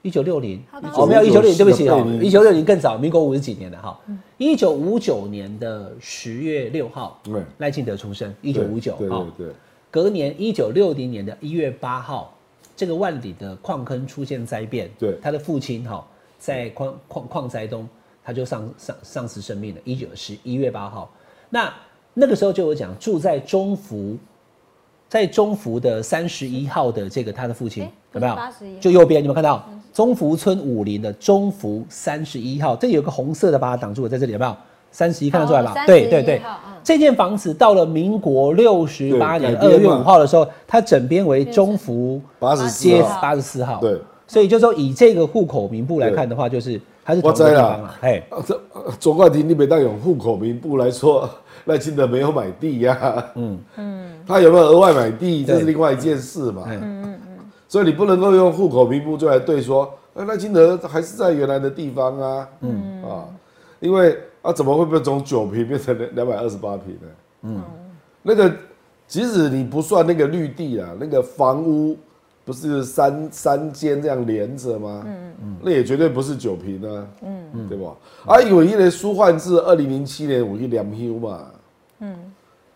一九六零他刚，哦，没有一九六零，对不起哦，一1960九六零更早，民国五十几年了哈。一九五九年的十月六号对，赖清德出生，一九五九对啊对。对，隔年一九六零年的一月八号，这个万里的矿坑出现灾变，对他的父亲哈、在矿矿矿灾中他就丧丧丧失生命了，一九十一月八号。那那个时候就有讲住在中福，在中福的三十一号的这个他的父亲、诶有没有81？就右边你有没有看到中福村武林的中福三十一号，这里有个红色的把它挡住了，在这里有没有？三十一看得出来吧？哦对31对对号嗯，这间房子到了民国六十八年对改二编月嘛五号的时候，它整编为中福八十啊街四号八十四号。对，所以就说以这个户口名簿来看的话，就是它是同我一个知地啦方啊。哎，啊，这啊左冠廷，你别当用户口名簿来说赖清德没有买地呀、嗯嗯，他有没有额外买地，这是另外一件事嘛。嗯嗯嗯嗯。所以你不能够用户口名簿就来对说，那赖清德还是在原来的地方啊。嗯啊，因为啊，怎么会变从九平变成两百二十八平呢？嗯，那个即使你不算那个绿地啊，那个房屋不是三三间这样连着吗？嗯那也绝对不是九平啊，嗯，对吧？啊，因为一年苏焕智二零零七年我去量休嘛，嗯，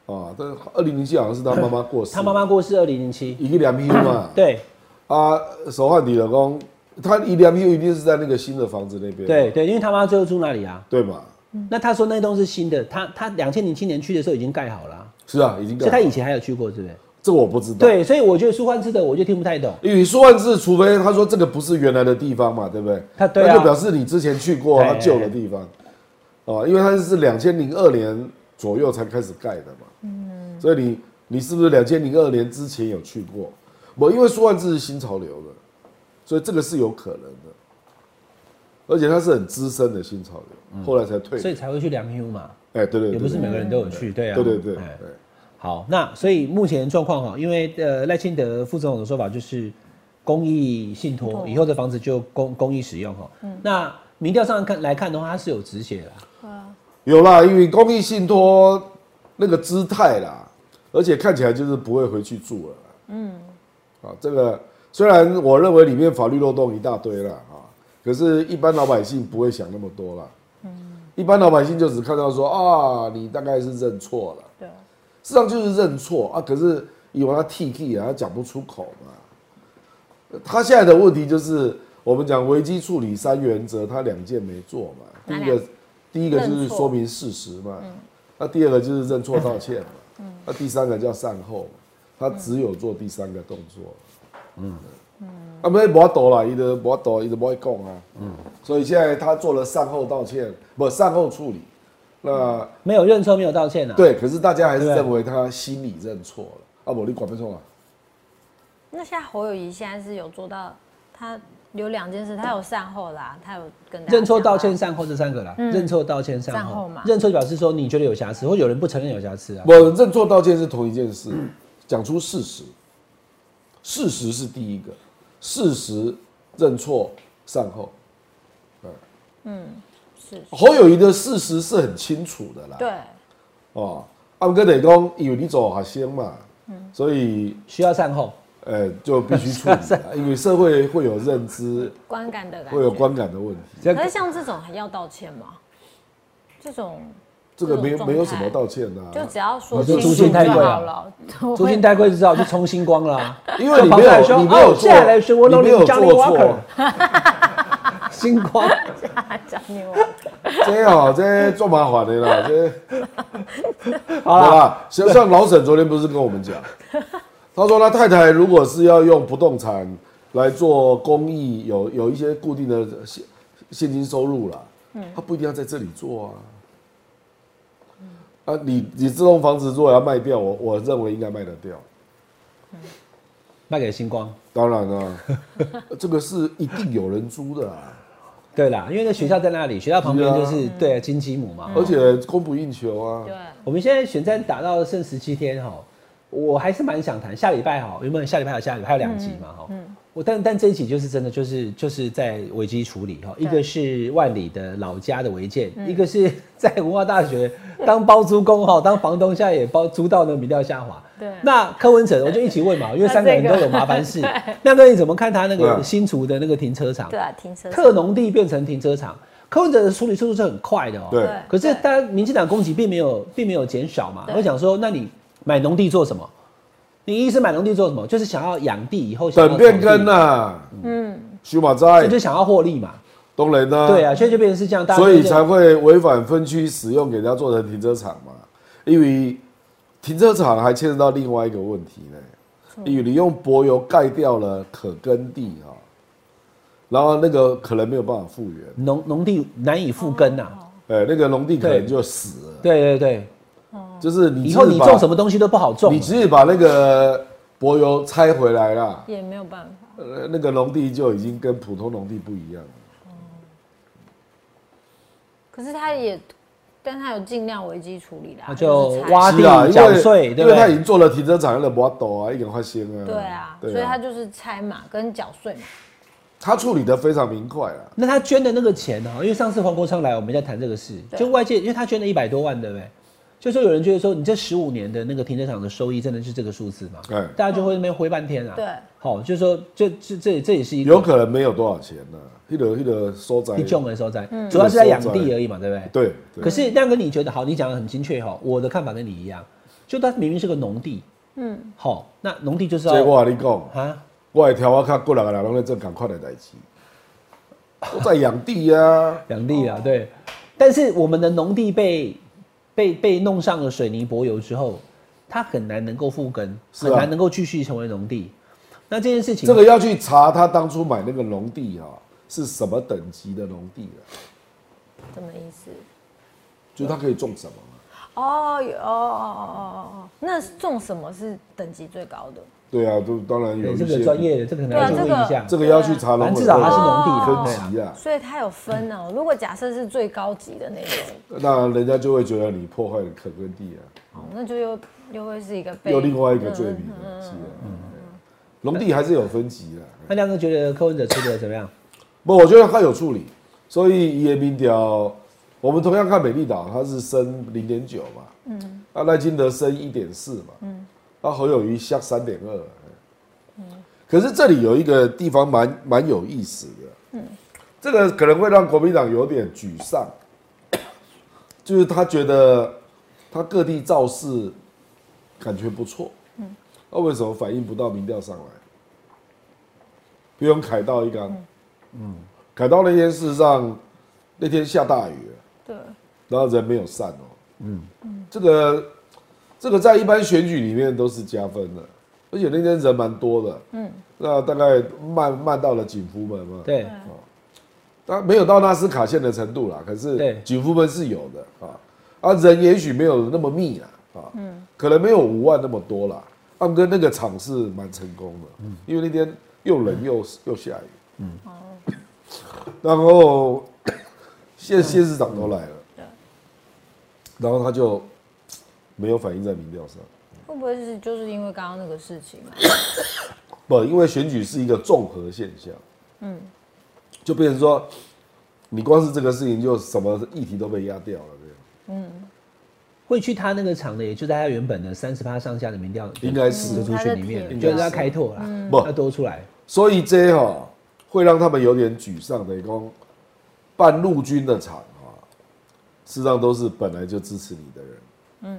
啊，但二零零七好像是他妈妈过世，他妈妈过世二零零七，，一个量休嘛对啊，手汗底老公，他一量休一定是在那个新的房子那边，对对，因为他妈最后住那里啊。对嘛？那他说那栋是新的，他他两千零七年去的时候已经盖好了啊、是啊，已经所以盖他好以前还有去过，对不对？这个我不知道，对，所以我觉得苏焕智的我就听不太懂。因为苏万志，除非他说这个不是原来的地方嘛，对不对？他对啊那就表示你之前去过他对旧的地方，哦，因为他是两千零二年左右才开始盖的嘛，嗯，所以你你是不是两千零二年之前有去过？我因为苏万志是新潮流的，所以这个是有可能的，而且他是很资深的新潮流，后来才嗯退所的，以才会去量 U 嘛，哎，对对对，也不是每个人都有去，对啊，对对对哎对，好，那所以目前状况哈，因为呃赖清德副总统的说法就是公益信托，以后的房子就公公益使用哈。那民调上看来看的话，它是有止血啦。有啦，因为公益信托那个姿态啦，而且看起来就是不会回去住了。嗯，啊，这个虽然我认为里面法律漏洞一大堆啦，啊，可是一般老百姓不会想那么多啦。嗯，一般老百姓就只看到说啊，你大概是认错了。对，事实上就是认错啊，可是以为他 T T 啊，他讲不出口嘛。他现在的问题就是我们讲危机处理三原则，他两件没做嘛。第哪一两个，第一个就是认错说明事实嘛，那第二个就是认错道歉嘛，那第三个叫善后嘛。他只有做第三个动作，嗯嗯，啊，没没抖啦，一直没抖，一直不会讲啊，嗯，所以现在他做了善后道歉，不善后处理，那。没有认错，没有道歉啊。，对，可是大家还是对认为他心里认错了。啊，我你管不错啊，那现在侯友谊现在是有做到，他有两件事，他有善后啦，他有跟大家认错、讲啊啦道歉、善后这三个啦。认错、道歉、善善后后嘛。认错表示说你觉得有瑕疵，或有人不承认有瑕疵啊。我认错道歉是同一件事，讲出事实，事实是第一个，事实认错善后。嗯是，侯友谊的事实是很清楚的啦，对，哦，阿哥得讲，因为你走学生嘛，嗯所以需要善后，呃就必须 [LAUGHS] 处理啦，因为社会会有认知，观感的感会有觉。观感的问题，这可是像这种还要道歉吗？这种这个没这有种没有状什态么道歉的、啊，就只要说呃我就清诛楚心太就贵啊好了了，租金代贵之后就冲星光了啊。因为你就没跑过来说有，你没有哦做，接下来是我你老没领有张做力错 Walker，。星光。讲你 [LAUGHS] 我这哦，这做麻烦的 [LAUGHS] 啦，这好好啦，啦。像像老沈昨天不是跟我们讲，他说他太太如果是要用不动产来做公益，有有一些固定的现现金收入啦，他不一定要在这里做啊。啊，你你这栋房子如果要卖掉，我我认为应该卖得掉。卖给星光。当然啦、 [LAUGHS] 这个是一定有人租的啊，对啦，因为那学校在那里，学校旁边就是对金鸡母嘛。而且供不应求嗯啊。对，我们现在选战打到剩十七天哈，我还是蛮想谈下礼拜哈，原本下礼拜有下礼拜还有两集嗯嘛哈。我但但这一集就是真的就是就是在危机处理哈，一个是万里的老家的违建，嗯一个是在文化大学当包租公 [LAUGHS] 哈，当房东现在也包租到呢，民调下滑。对那柯文哲我就一起问嘛，因为三个人都有麻烦事。 [LAUGHS] 那哥你怎么看他那个对啊新竹的那个停车场？对啊，停车场特农地变成停车场，柯文哲的处理速度是很快的哦、对可是对大家民进党攻击并没有并没有减少嘛，对我想说，那你买农地做什么？你一是买农地做什么？就是想要养地，以后想要本变更种地，呐、啊，嗯，修马在所以就想要获利嘛。东人呢、对啊，所以就变成是这样，大家所以就才会违反分区使用，给人家做成停车场嘛。因为停车场还牵涉到另外一个问题呢，因为你用柏油盖掉了可耕地啊、然后那个可能没有办法复原，农农地难以复耕呐、哦哎、那个农地可对能就死了。对对对，就是你以后你种什么，么东西都不好种你了。只是把那个柏油拆回来啦，也没有办法。呃，那个农地就已经跟普通农地不一样了。可是他也，但他有尽量危机处理啦，那就是拆挖是啊，地因缴为税，对不因为他已对？经做了停车场，那不要抖啊，一个块新嗯啊。对啊，所以他就是拆嘛，跟缴税嘛，他处理的非常明快啊。那他捐的那个钱哦、因为上次黄国昌来，我们在谈这个事，对就外界，因为他捐了一百多万，对不对？就说有人觉得说，你这十五年的那个停车场的收益真的是这个数字吗？哎大家就会那边挥半天啊。对好、就是说这这这这也是一个有可能没有多少钱呢、一个一个收窄一，种的所在，嗯主要是在养地而已嘛，对不对？对，可对，是亮哥，你觉得好？你讲的很精确哈，我的看法跟你一样，就它明明是个农地，嗯，好，那农地就是这要我跟你讲，啊，我会挑我较过两个人拢咧做赶快的代志，我在养 [LAUGHS] 地啊，养地啊，对。但是我们的农地被被被弄上了水泥柏油之后，它很难能够复耕，是啊很难能够继续成为农地。那这件事情，这个要去查他当初买那个农地哈、是什么等级的农地啊，什么意思？就是他可以种什么嘛。哦，有哦哦哦哦哦，那种什么是等级最高的？对啊，都当然有对一哎这个些专，业的，这个可能对要啊注意这个一下。这个要去查农反正委会至少它是农哦地，分级级啊。啊，所以它有分哦。如果假设是最高级的那种，那人家就会觉得你破坏了可耕地啊。哦，那就又又会是一个被又另外一个罪名了，是啊。农地还是有分级的，那亮哥觉得柯文哲出的怎么样？不，我觉得他有处理，所以也民调，我们同样看美丽岛，它是升零点九嘛，嗯，那赖金德升一点四嘛，嗯，那侯友谊下三点二，可是这里有一个地方蛮蛮有意思的，嗯，这个可能会让国民党有点沮丧， [COUGHS] 就是他觉得他各地造势感觉不错，嗯，那为什么反映不到民调上来？比如凯道一刚，嗯，凯道那天事实上那天下大雨，对，然后人没有散哦、嗯，这个这个在一般选举里面都是加分的，而且那天人蛮多的，嗯，那大概慢慢到了景福门嘛，对，嗯但没有到纳斯卡线的程度啦，可对是景福门是有的啊，啊人也许没有那么密啦，啊，可能没有五万那么多啦，他们跟那个场是蛮成功的，因为那天又冷又又下雨，嗯然后县县市长都来了，然后他就没有反映在民调上。会不会是就是因为刚刚那个事情啊？不，因为选举是一个综合现象，嗯，就变成说，你光是这个事情就什么议题都被压掉了，这会去他那个厂的，也就在他原本的三十趴上下的民调样应该是。的族群里面，嗯嗯就是嗯要开拓啦，不要多出来。所以这哈、会让他们有点沮丧的，讲办陆军的场啊，事实上都是本来就支持你的人，嗯，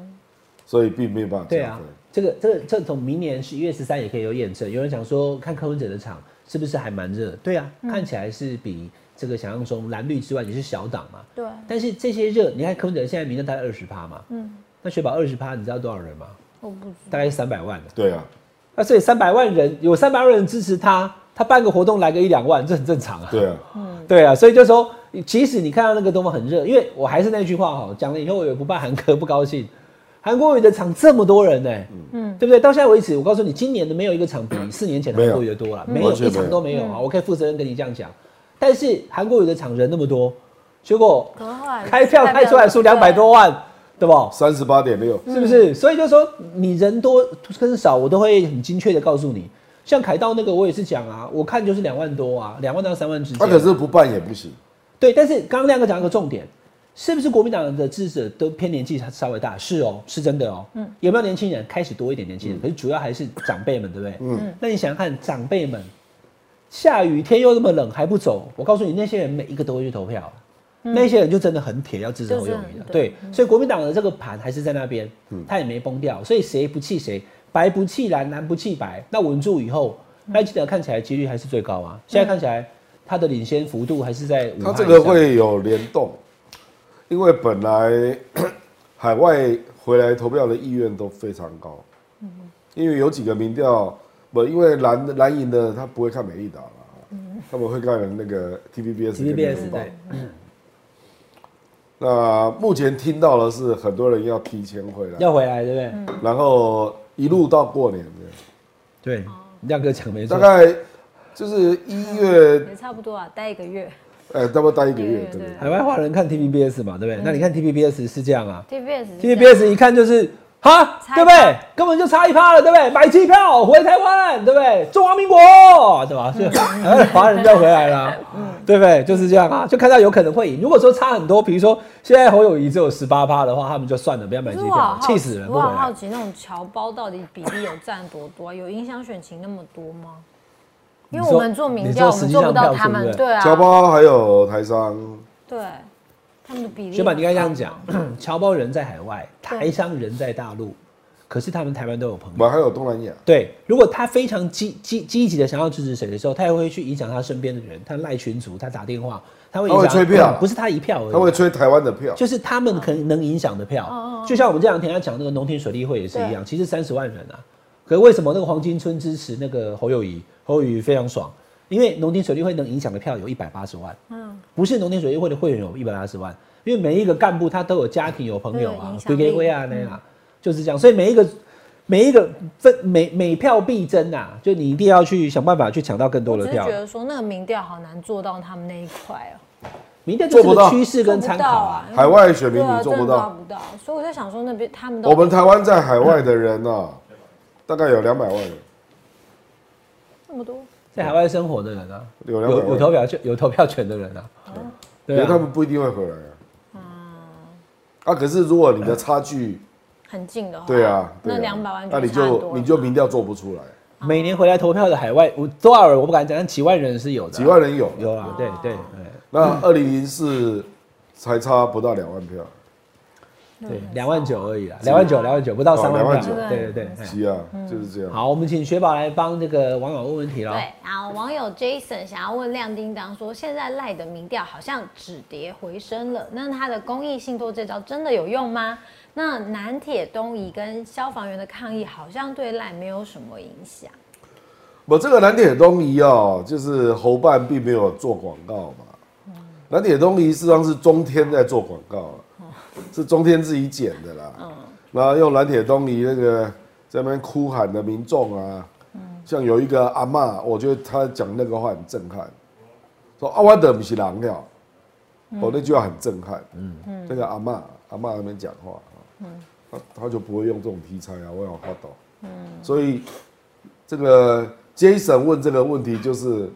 所以并没有办法对加啊分。，这个这个这从明年十一月十三也可以有验证。有人想说，看柯文哲的场是不是还蛮热？对啊，看起来是比这个想象中蓝绿之外也是小党嘛。对，但是这些热，你看柯文哲现在民调大概二十趴嘛，嗯，那雪宝二十趴，你知道多少人吗？我不知大概是三百万的。对啊，那所以三百万人有三百万人支持他，他办个活动来个一两万，这很正常啊。对啊，对啊，所以就说，即使你看到那个东方很热，因为我还是那句话哈，讲了以后我也不怕韩哥不高兴。韩国瑜的场这么多人呢、嗯，对不对？到现在为止，我告诉你，今年的没有一个场比四年前的韩国瑜的多了，没有嗯完全一没有场都没有啊！我可以负责任跟你这样讲。但是韩国瑜的场人那么多，结果可能后来开票开出来输两百多万，嗯对不？三十八点六，是不是？所以就说你人多跟少，我都会很精确的告诉你。像凯道那个，我也是讲啊，我看就是两万多啊，两万到三万之间。他可是不办也不行。对，但是刚刚亮哥讲了个重点，是不是国民党的支持者都偏年纪稍微大？是哦，是真的哦。嗯，有没有年轻人开始多一点年轻人？可是主要还是长辈们，对不对？嗯，那你想想看，长辈们下雨天又那么冷还不走，我告诉你，那些人每一个都会去投票，那些人嗯就真的很铁，要支持侯友就谊是的。很对，所以国民党的这个盘还是在那边，他也没崩掉，所以谁不气谁，白不气蓝，蓝不气白，那稳住以后。赖清德看起来几率还是最高啊！现在看起来他的领先幅度还是在它这个会有联动，因为本来 [COUGHS] 海外回来投票的意愿都非常高，嗯因为有几个民调，不，因为蓝蓝营的他不会看美丽岛了，他们会看那个 T V B 嗯 S T V B S 对对。那目前听到的是很多人要提前回来，要回来，对不然后一路到过年这对？对，亮哥讲没样，大错。概就是一月，也差不多啊，待一个月。呃，差不多待一个月，对对不对？海外华人看 T V B S 嘛，对不对？那你看 T V B S 是这样啊 TBS 是，T 这 V 样 B S 一看就是哈，差一对不对？根本就差一趴了，对不对？买机哎 [LAUGHS] 嗯票回台湾，对不对？中华民国，对吧？就海外华人就要回来了。对不对？就是这样啊，就看到有可能会赢。如果说差很多，比如说现在侯友谊只有十八趴的话，他们就算了，不要买可机是票我好了，好气死人不我回好好来。奇那种侨胞到底比例有占多多啊、有影响选情那么多吗？你因为说我们做民调，你我说们实际做不到上票他们数，对不对对侨啊，胞还有台商，对，他们的比例。雪宝，你应该这样讲， [COUGHS] 侨胞人在海外，台商人在大陆，可是他们台湾都有朋友我。们还有东南亚。对，如果他非常积积积极的想要支持谁的时候，他也会去影响他身边的人，他赖群主，他打电话，他会影响嗯他会吹票不是他一票而已，啊他会吹台湾的票，就是他们可能能影响的票，就像我们这两天要讲那个农田水利会也是一样，其实三十万人啊，可是为什么那个黄金村支持那个侯友谊，侯友谊非常爽，因为农田水利会能影响的票有一百八十万，嗯，不是农田水利会的会员有一百八十万，因为每一个干部他都有家庭有朋友都有啊影，响归力归归啊那样啊，就是这样，所以每一个。每一个分每每票必争呐、啊，就你一定要去想办法去抢到更多我的只是票觉。得说那个民调好难做到他们那一块哦、明天就是做不个到趋势跟参考啊。海外选民对啊，你做真不的抓到。不到，所以我在想说那嗯边他们都我们台湾在海外的人啊，大概有两百万人，那么多，在海外生活的人啊，有两百有有万投人，票权有投票权的人啊，因对为啊，他们不一定会回来啊。嗯啊，可是如果你的差距，很近的话，对啊，对嗯哦那啊两百万那你差很就多你就民调做不出来，每年回来投票的海外，我多少人我不敢讲，但几万人是有的啊，几万人有，有啊，对对嗯那二零零四才差不到两万票，对对，两万九而已啦，两万九两万九不到哦三两万万票，九对对对。哎是啊，嗯就是这样。好，我们请雪宝来帮这个网友问问题喽。对，然后网友 Jason 想要问亮叮当说，现在赖的民调好像止跌回升了，那他的公益信托这招真的有用吗？那南铁东移跟消防员的抗议好像对赖没有什么影响，我这个南铁东移哦，就是侯办并没有做广告嘛，南铁东移实际上是中天在做广告了，是中天自己剪的啦。然后用南铁东移那个在那边哭喊的民众啊，像有一个阿嬷，我觉得她讲那个话很震撼，说啊我的不是狼了，我、那句话很震撼。嗯，那个阿嬷阿嬷那边讲话，嗯，她她就不会用这种题材啊，我有话懂。嗯，所以这个 Jason 问这个问题就是。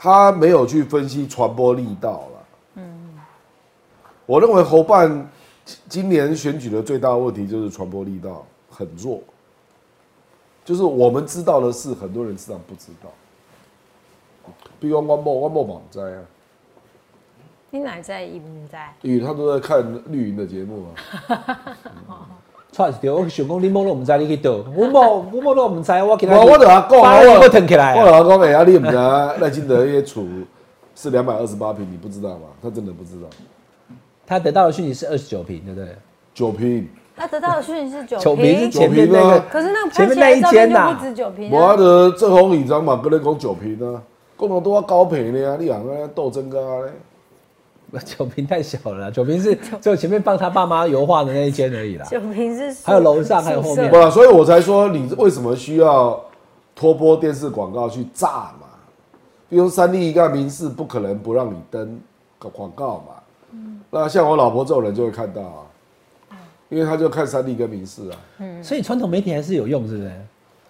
他没有去分析传播力道了。嗯，我认为侯办今今年选举的最大问题就是传播力道很弱，就是我们知道的事，很多人实际上不知道。比如说汪某汪某网灾啊，你奶在移民在？因为他都在看绿营的节目啊，错对，我选公你摸了我们在你去斗，我摸我摸了我们在，我给他我我等他讲啊，发了我我腾起来我啊。老公哎呀，你也不知道赖清德那些厝是两百二十八平，你不知道吗？他真的不知道，他得到的讯息是二十九平，对不对？九平。他得到的讯息是九九 [LAUGHS] 平是瓶，前面那九瓶个啊，可是那个前面拍起那来一的照片间就呐不止九瓶我啊，的正红领章嘛，跟你讲九平啊，共同都要高平的啊，你两个斗争个啊嘞，啊 [LAUGHS] 九平太小了啦，九平是只有前面帮他爸妈油画的那一间而已啦。九瓶是宿还有楼上还有后面宿不舍啦，所以我才说你为什么需要拖播电视广告去炸嘛？比如三立一个民视不可能不让你登广告嘛，那像我老婆这种人就会看到啊，因为她就看三立跟民视啊，所以传统媒体还是有用，是不是？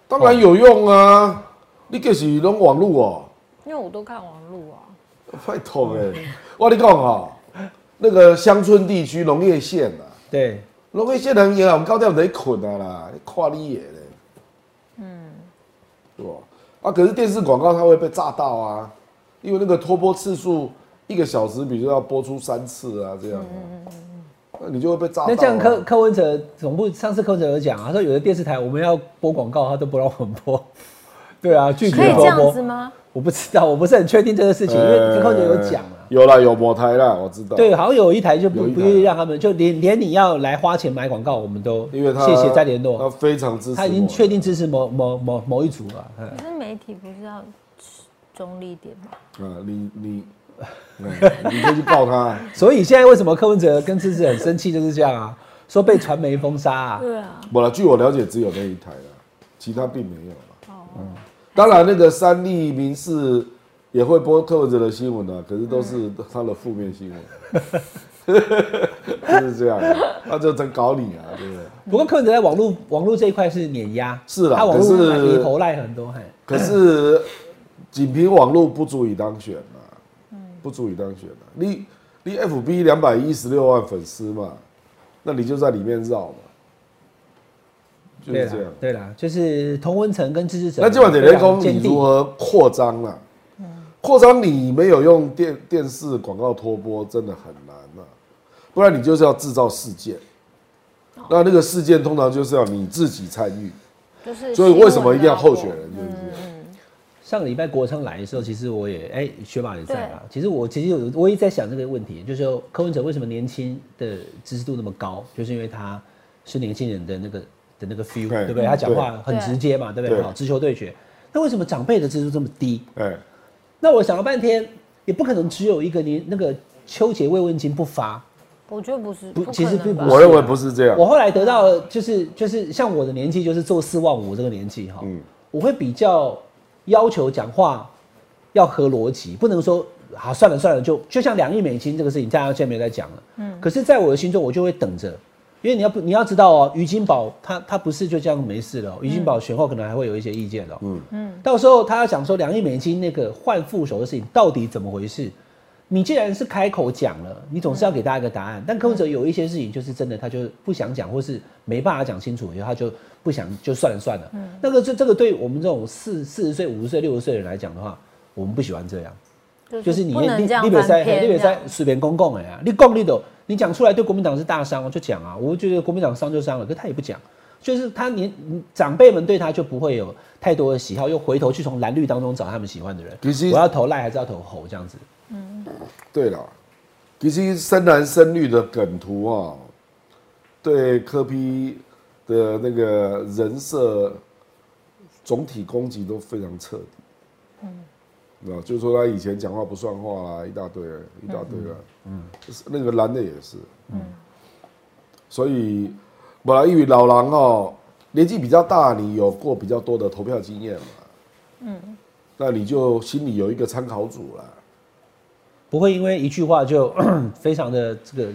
当然有用啊，你就是拢网络哦、因为我都看网路啊，拜托哎、欸，我跟你讲哦、那个乡村地区农业县啊。对，龙一些人也我高调在困啊啦，你看你也嘞，嗯，对吧？啊，可是电视广告它会被炸到啊，因为那个拖播次数一个小时，比如要播出三次啊，这样、啊，嗯那你就会被炸到、啊。那这样柯柯文哲总部上次柯文哲有讲啊，他说有的电视台我们要播广告，他都不让我们播。 [LAUGHS] 对啊，拒可绝以这播样子播。吗？我不知道，我不是很确定这个事情，因为柯文哲有讲啊呃。有啦，有模台啦，我知道。对，，啊好像有一台就不有一台不愿意让他们，就连连你要来花钱买广告，我们都因为他谢谢再联他络。非常支持。他已经确，定支持某某某某一组了。嗯可是媒体不是要中立一点吗？啊，你你，嗯你就去告他。所以现在为什么柯文哲跟支持很生气，就是这样啊，说被传媒封杀啊。对啊，我了，据我了解，只有那一台了，其他并没有了。哦，当然那个三立民视也会播柯文哲的新闻啊，可是都是他的负面新闻， [LAUGHS] 就是这样啊，他就真搞你啊，对不对？不过柯文哲在网络网络这一块是碾压，是啦他网络可是买离头赖很多，嘿，可是仅凭网络不足以当选嘛，嗯，不足以当选的、你你 FB 两百一十六万粉丝嘛，那你就在里面绕嘛，就对啊啦是这样。，对啦，就是同温层跟支持者嘛。那今晚点雷公，对啊你如？何扩张啊？扩张你没有用电电视广告拖播，真的很难啊。不然你就是要制造事件，哦那那个事件通常就是要你自己参与。就是所以为什么一定要候选新闻啊人？就是这样上个礼拜国昌来的时候，其实我也哎、学马也在嘛对。其实我其实有我也在想这个问题，就是说柯文哲为什么年轻的支持度那么高，就是因为他是年轻人的那个的那个 feel，对对不对？他讲话很对直接嘛，对不对？对好，直球对决。那为什么长辈的支持度这么低？嗯哎，那我想了半天，也不可能只有一个年那个秋节慰问金不发。我觉得不是，不可其实能并吧不啊我认为不是这样我。后来得到就是就是像我的年纪，就是做四万五这个年纪哈，嗯我会比较要求讲话要合逻辑，不能说啊算了算了，就就像两亿美金这个事情，大家现在没在讲了。嗯，可是在我的心中，我就会等着。因为你要不你要知道哦，于金宝他他不是就这样没事了哦、于金宝选后可能还会有一些意见的、嗯嗯，到时候他要讲说两亿美金那个换副手的事情到底怎么回事？你既然是开口讲了，你总是要给大家一个答嗯案。但柯文哲有一些事情就是真的，他就不想讲，或是没办法讲清楚，然后他就不想，就算了算了。嗯那个这这个对我们这种四四十岁、五十岁、六十岁的人来讲的话，我们不喜欢这样。就是你不能这样你翻北塞，篇你北这样塞随便公共哎呀，你共你都你讲出来对国民党是大伤，我就讲啊，我觉得国民党伤就伤了，可他也不讲，就是他年长辈们对他就不会有太多的喜好，又回头去从蓝绿当中找他们喜欢的人其实。我要投赖还是要投侯这样子？对了，其实深蓝深绿的梗图啊、对柯批的那个人设总体攻击都非常彻底。嗯，啊，就是说他以前讲话不算话啦，一大堆，一大堆啦。嗯，那个蓝的也是。嗯，所以本来因为老狼哦，年纪比较大，你有过比较多的投票经验嘛。嗯，那你就心里有一个参考组了。不会因为一句话就 [CLEARS THROAT] 非常的这个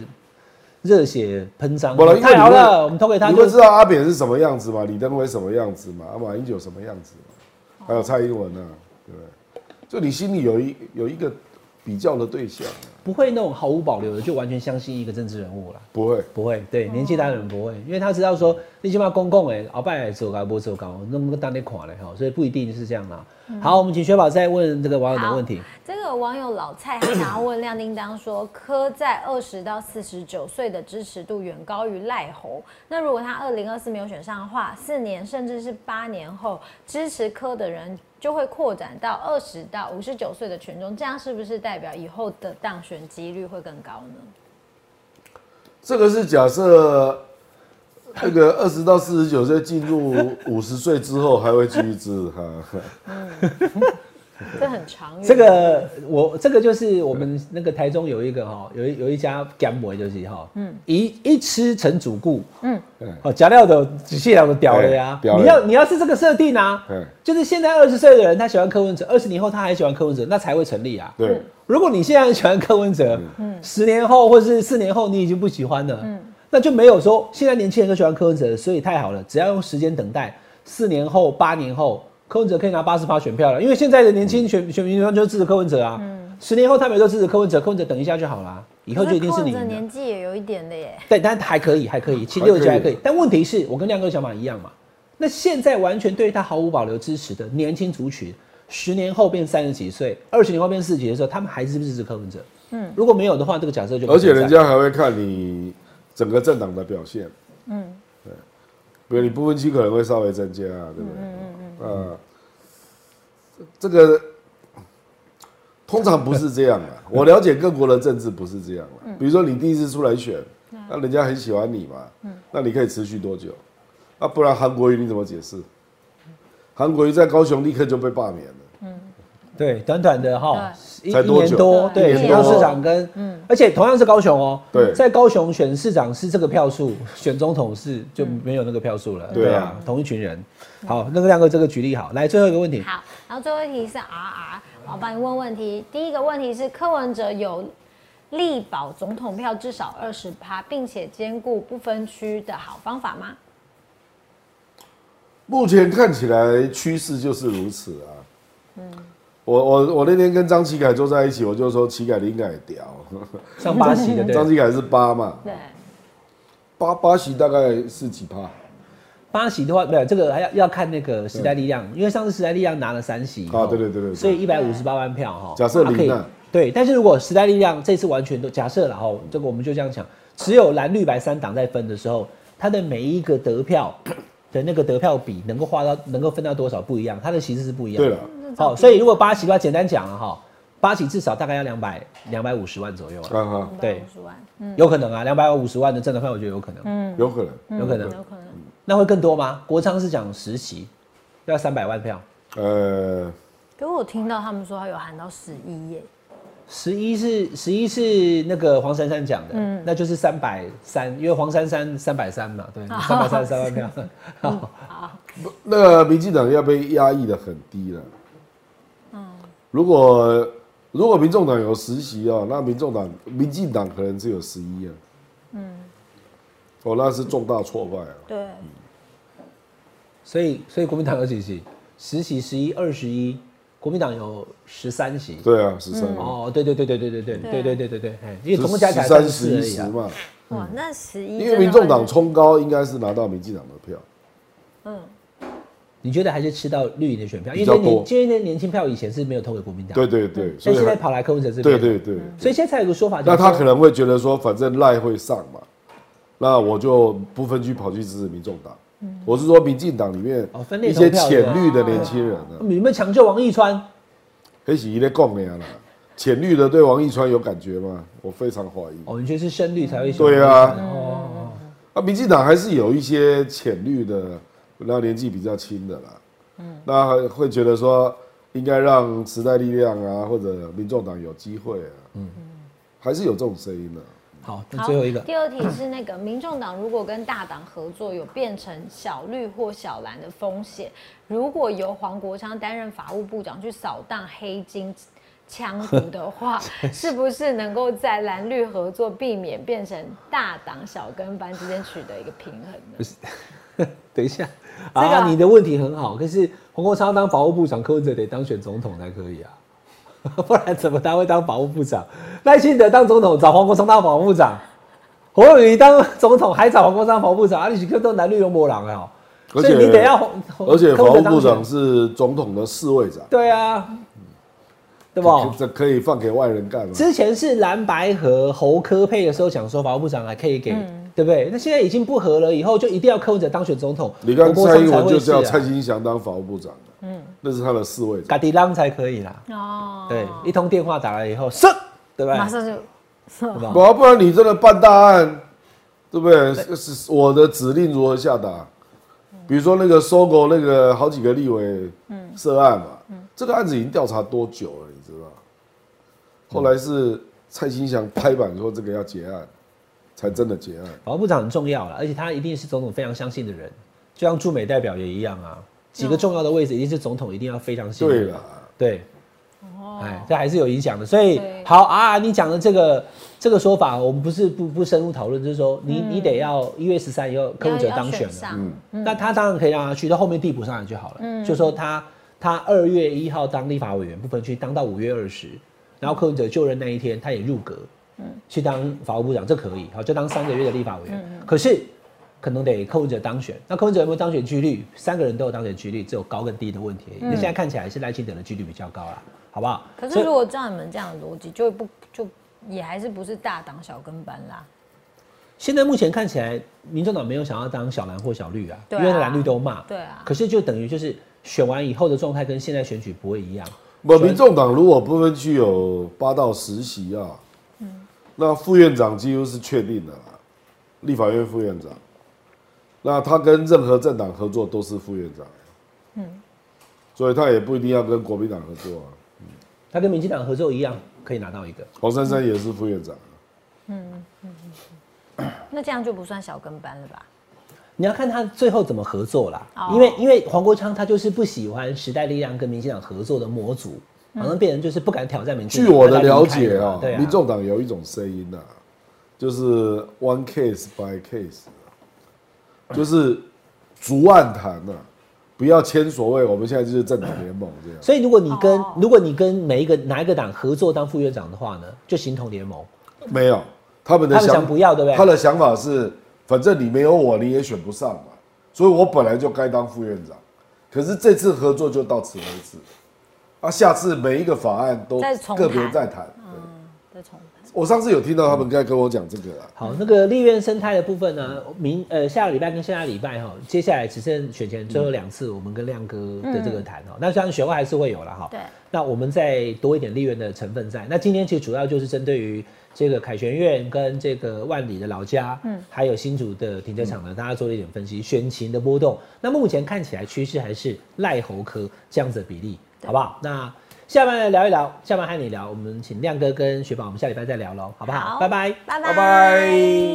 热血喷张不了，因。为太好你会了，我们投给他你就会知道阿扁是什么样子嘛，李登辉什么样子嘛，啊马英九什么样子嘛，还有蔡英文啊，对不对？就你心里有一有一个比较的对象，啊不会那种毫无保留的就完全相信一个政治人物啦。不会。不会，对年纪大的人不会，因为他知道说你起码公共哎，鳌拜走高不走高，那么当天垮了哈，所以不一定是这样啦。好，我们请薛宝再问这个网友的问题。这个网友老蔡 [CLEARS THROAT] 他想要问亮叮当说，柯在二十到四十九岁的支持度远高于赖侯，那如果他二零二四没有选上的话，四年甚至是八年后，支持柯的人就会扩展到二十到五十九岁的群众，这样是不是代表以后的当选几率会更高呢？这个是假设那个二十到四十九岁进入五十岁之后还会继续支持他。这很长远。这个我这个就是我们那个台中有一个哈，有一有一家干馍就是哈，嗯，一一吃成主顾，嗯，哦，夹料的只细料的屌了呀哎，屌了你要你要是这个设定啊哎，就是现在二十岁的人他喜欢柯文哲，二十年后他还喜欢柯文哲，那才会成立啊。对，如果你现在很喜欢柯文哲，嗯十年后或是四年后你已经不喜欢了，那就没有说现在年轻人都喜欢柯文哲，所以太好了，只要用时间等待，四年后、八年后，柯文哲可以拿八十趴选票了，因为现在的年轻选、选民他们就支持柯文哲啊，十年后他们也都支持柯文哲，柯文哲等一下就好啦，以后就一定是你嗯可柯文哲赢的年纪也有一点的耶。对，但还可以，还可以，七还可六以级还可以。但问题是我跟亮哥想法一样嘛？那现在完全对他毫无保留支持的年轻族群，十年后变三十几岁，二十年后变四十几岁的时候，他们还支不支持柯文哲？嗯，如果没有的话，这个假设就不而且存在人家还会看你整个政党的表现。嗯，对，比如你不分区可能会稍微增加啊，对不对？嗯嗯嗯。呃，这个通常不是这样 [LAUGHS] 啊。我了解各国的政治不是这样啊。比如说你第一次出来选，那人家很喜欢你嘛，那你可以持续多久？啊，不然韩国瑜你怎么解释？韩国瑜在高雄立刻就被罢免了。对短短的哈，一才一多久年多，对嗯对，一选年到多市长跟，而且同样是高雄哦，对在高雄选市长是这个票数，选总统是就嗯没有那个票数了，对啊，同一群人。好，那个亮哥这个举例好，来最后一个问题，好，然后最后一题是 R R，老板问问题。第一个问题是柯文哲有力保总统票至少二十趴，并且兼顾不分区的好方法吗？目前看起来趋势就是如此啊。我我我那天跟张启凯坐在一起，我就说启凯你应该也屌，上巴 [LAUGHS] 西的，张对，启凯是八嘛，对，八巴西大概是几趴？巴西的话，没有这个还要要看那个时代力量，因为上次时代力量拿了三席，嗯啊，哦对对对对，所以一百五十八万票哈，假设它零可以啊对，但是如果时代力量这次完全都假设了哈，这个我们就这样讲，只有蓝绿白三党在分的时候，它的每一个得票的那个得票比能够划到能够分到多少不一样，它的席次是不一样对的。了，好，所以如果八席的话，简单讲了啊哈，八席至少大概要两百两百五十万左右了，啊哈，对五十万，嗯有可能啊，两百五十万的政党票，我觉得有可能，有可能，有可能。有可能。那会更多吗？国昌是讲十席，要三百万票，呃，可我听到他们说有喊到十一耶，十一是十一是那个黄珊珊讲的，那就是三百三，因为黄珊珊三百三嘛，对，三百三十三万票。 [LAUGHS] 好，那个民进党要被压抑的很低了。如果如果民众党有实习啊，那民众党、民进党可能只有十一啊。嗯，哦，那是重大挫败啊。对，所以所以国民党有几席？十席、十一、二十一，国民党有十三席。对啊，十三、哦，对对对对对对对对对对对对，哎因为总共加起来三34十而一已十啊。嘛，哇，那十一因为民众党冲高应该是拿到民进党的票，你觉得还是吃到绿营的选票？因为比较那年多因为那年轻票以前是没有投给国民党，对，对对，所啊但以现在很跑来柯文哲这边，对对对，所以现在才有个说法，那就是他说可能会觉得说，反正赖会上嘛，那我就不分区跑去支持民众党。我是说，民进党里面嗯哦分裂一些投票浅绿的年轻人呢、啊，你们抢救王一川，黑喜一类共的啦，浅绿的对王一川有感觉吗？我非常怀疑。哦，你觉得是深绿才会选对啊哦，啊，民进党还是有一些浅绿的，那年纪比较轻的啦，嗯那会觉得说应该让时代力量啊或者民众党有机会啊，还是有这种声音的、好，那好，最后一个，第二题是那个民众党如果跟大党合作，有变成小绿或小蓝的风险。如果由黄国昌担任法务部长去扫荡黑金枪毒的 [LAUGHS] 话，是不是能够在蓝绿合作，避免变成大党小跟班之间取得一个平衡呢？等一下这个啊，你的问题很好，可是黄国昌当法务部长，柯文哲得当选总统才可以啊， [LAUGHS] 不然怎么他会当法务部长？赖清德当总统找黄国昌当法务部长，侯友宜当总统还找黄国昌法务部长，啊，你是跟都男绿有魔狼啊，而所以且你得要黄，黄而且柯法文务哲当部长选是总统的侍卫长，对啊，对吧？这可以放给外人干吗？之前是蓝白合侯科配的时候，想说法务部长还可以给，嗯对不对？那现在已经不合了，以后就一定要柯文哲当选总统，你看国蔡商英才文会就是要是啊嗯蔡金祥当法务部长的，那是他的侍卫长。嘎迪浪才可以啦。哦，对，一通电话打来以后，是，对吧马？上啊就对吧不然不然你真的办大案，对不对？是是我的指令如何下达？比如说那个搜狗那个好几个立委涉案嘛，这个案子已经调查多久了？你知道？后来是蔡金祥拍板说这个要结案，才真的结案。法务部长很重要了，而且他一定是总统非常相信的人，就像驻美代表也一样啊，几个重要的位置一定是总统一定要非常信对任的了。，对，哎，这还是有影响的。所以哦对好啊，你讲的这个这个说法，我们不是不不深入讨论，就是说你、你得要一月十三以后柯文哲嗯要当选选了，上，那他当然可以让他去到后面递补上来就好了。嗯就说他他二月一号当立法委员不分区，当到五月二十，然后柯文哲就任那一天他也入阁，嗯去当法务部长，这可以，好就当三个月的立法委员。嗯可是可能得柯文哲当选，那柯文哲有没有当选几率？三个人都有当选几率，只有高跟低的问题而已。那、现在看起来是赖清德的几率比较高啦，好不好？嗯可所是以如果照你们这样的逻辑，就不就也还是不是大党小跟班啦？现在目前看起来，民众党没有想要当小蓝或小绿啊，对啊因为蓝绿都骂。对啊可是就等于就是选完以后的状态跟现在选举不会一样。我民众党如果不分区有八到十席啊，那副院长几乎是确定的啦，立法院副院长，那他跟任何政党合作都是副院长，所以他也不一定要跟国民党合作啊。他跟民进党合作一样，可以拿到一个。黄珊珊也是副院长啊，那这样就不算小跟班了吧？你要看他最后怎么合作啦，哦因为因为黄国昌他就是不喜欢时代力量跟民进党合作的模组，嗯好像变成就是不敢挑战民进据党。我的大家了离开解嘛啊对，啊，民众党有一种声音啊，就是 one case by case，啊就是逐案谈啊，不要签所谓我们现在就是政党联盟这样。所以如果你跟、哦如果你跟每一个哪一个党合作当副院长的话呢，就形同联盟。没有，他们的他们想不要对不对他的想法是，反正你没有我，你也选不上嘛，所以我本来就该当副院长。可是这次合作就到此为止，啊，下次每一个法案都再重个别谈嗯再谈。对再重来我上次有听到嗯他们在跟我讲这个啊，好，那个立院生态的部分呢，明呃下个礼拜跟下下礼拜哈，接下来只剩选前最后两次，我们跟亮哥的这个谈哈。那当然选后还是会有了哈。嗯对。那我们再多一点立院的成分在。那今天其实主要就是针对于这个凯旋苑跟这个万里的老家，嗯，还有新竹的停车场呢，大家做了一点分析，选情的波动。那目前看起来趋势还是赖猴科这样子的比例，好不好？那下班来聊一聊，下班和你聊，我们请亮哥跟雪宝，我们下礼拜再聊喽，好不好？好拜拜。拜拜拜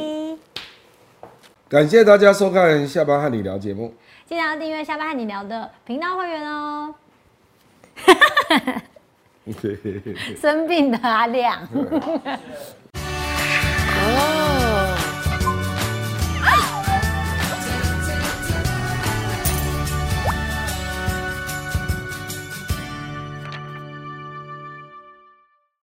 感谢大家收看下班和你聊 [LAUGHS] 节目。记得要订阅下班和你聊的频道会员哦。生病的阿亮。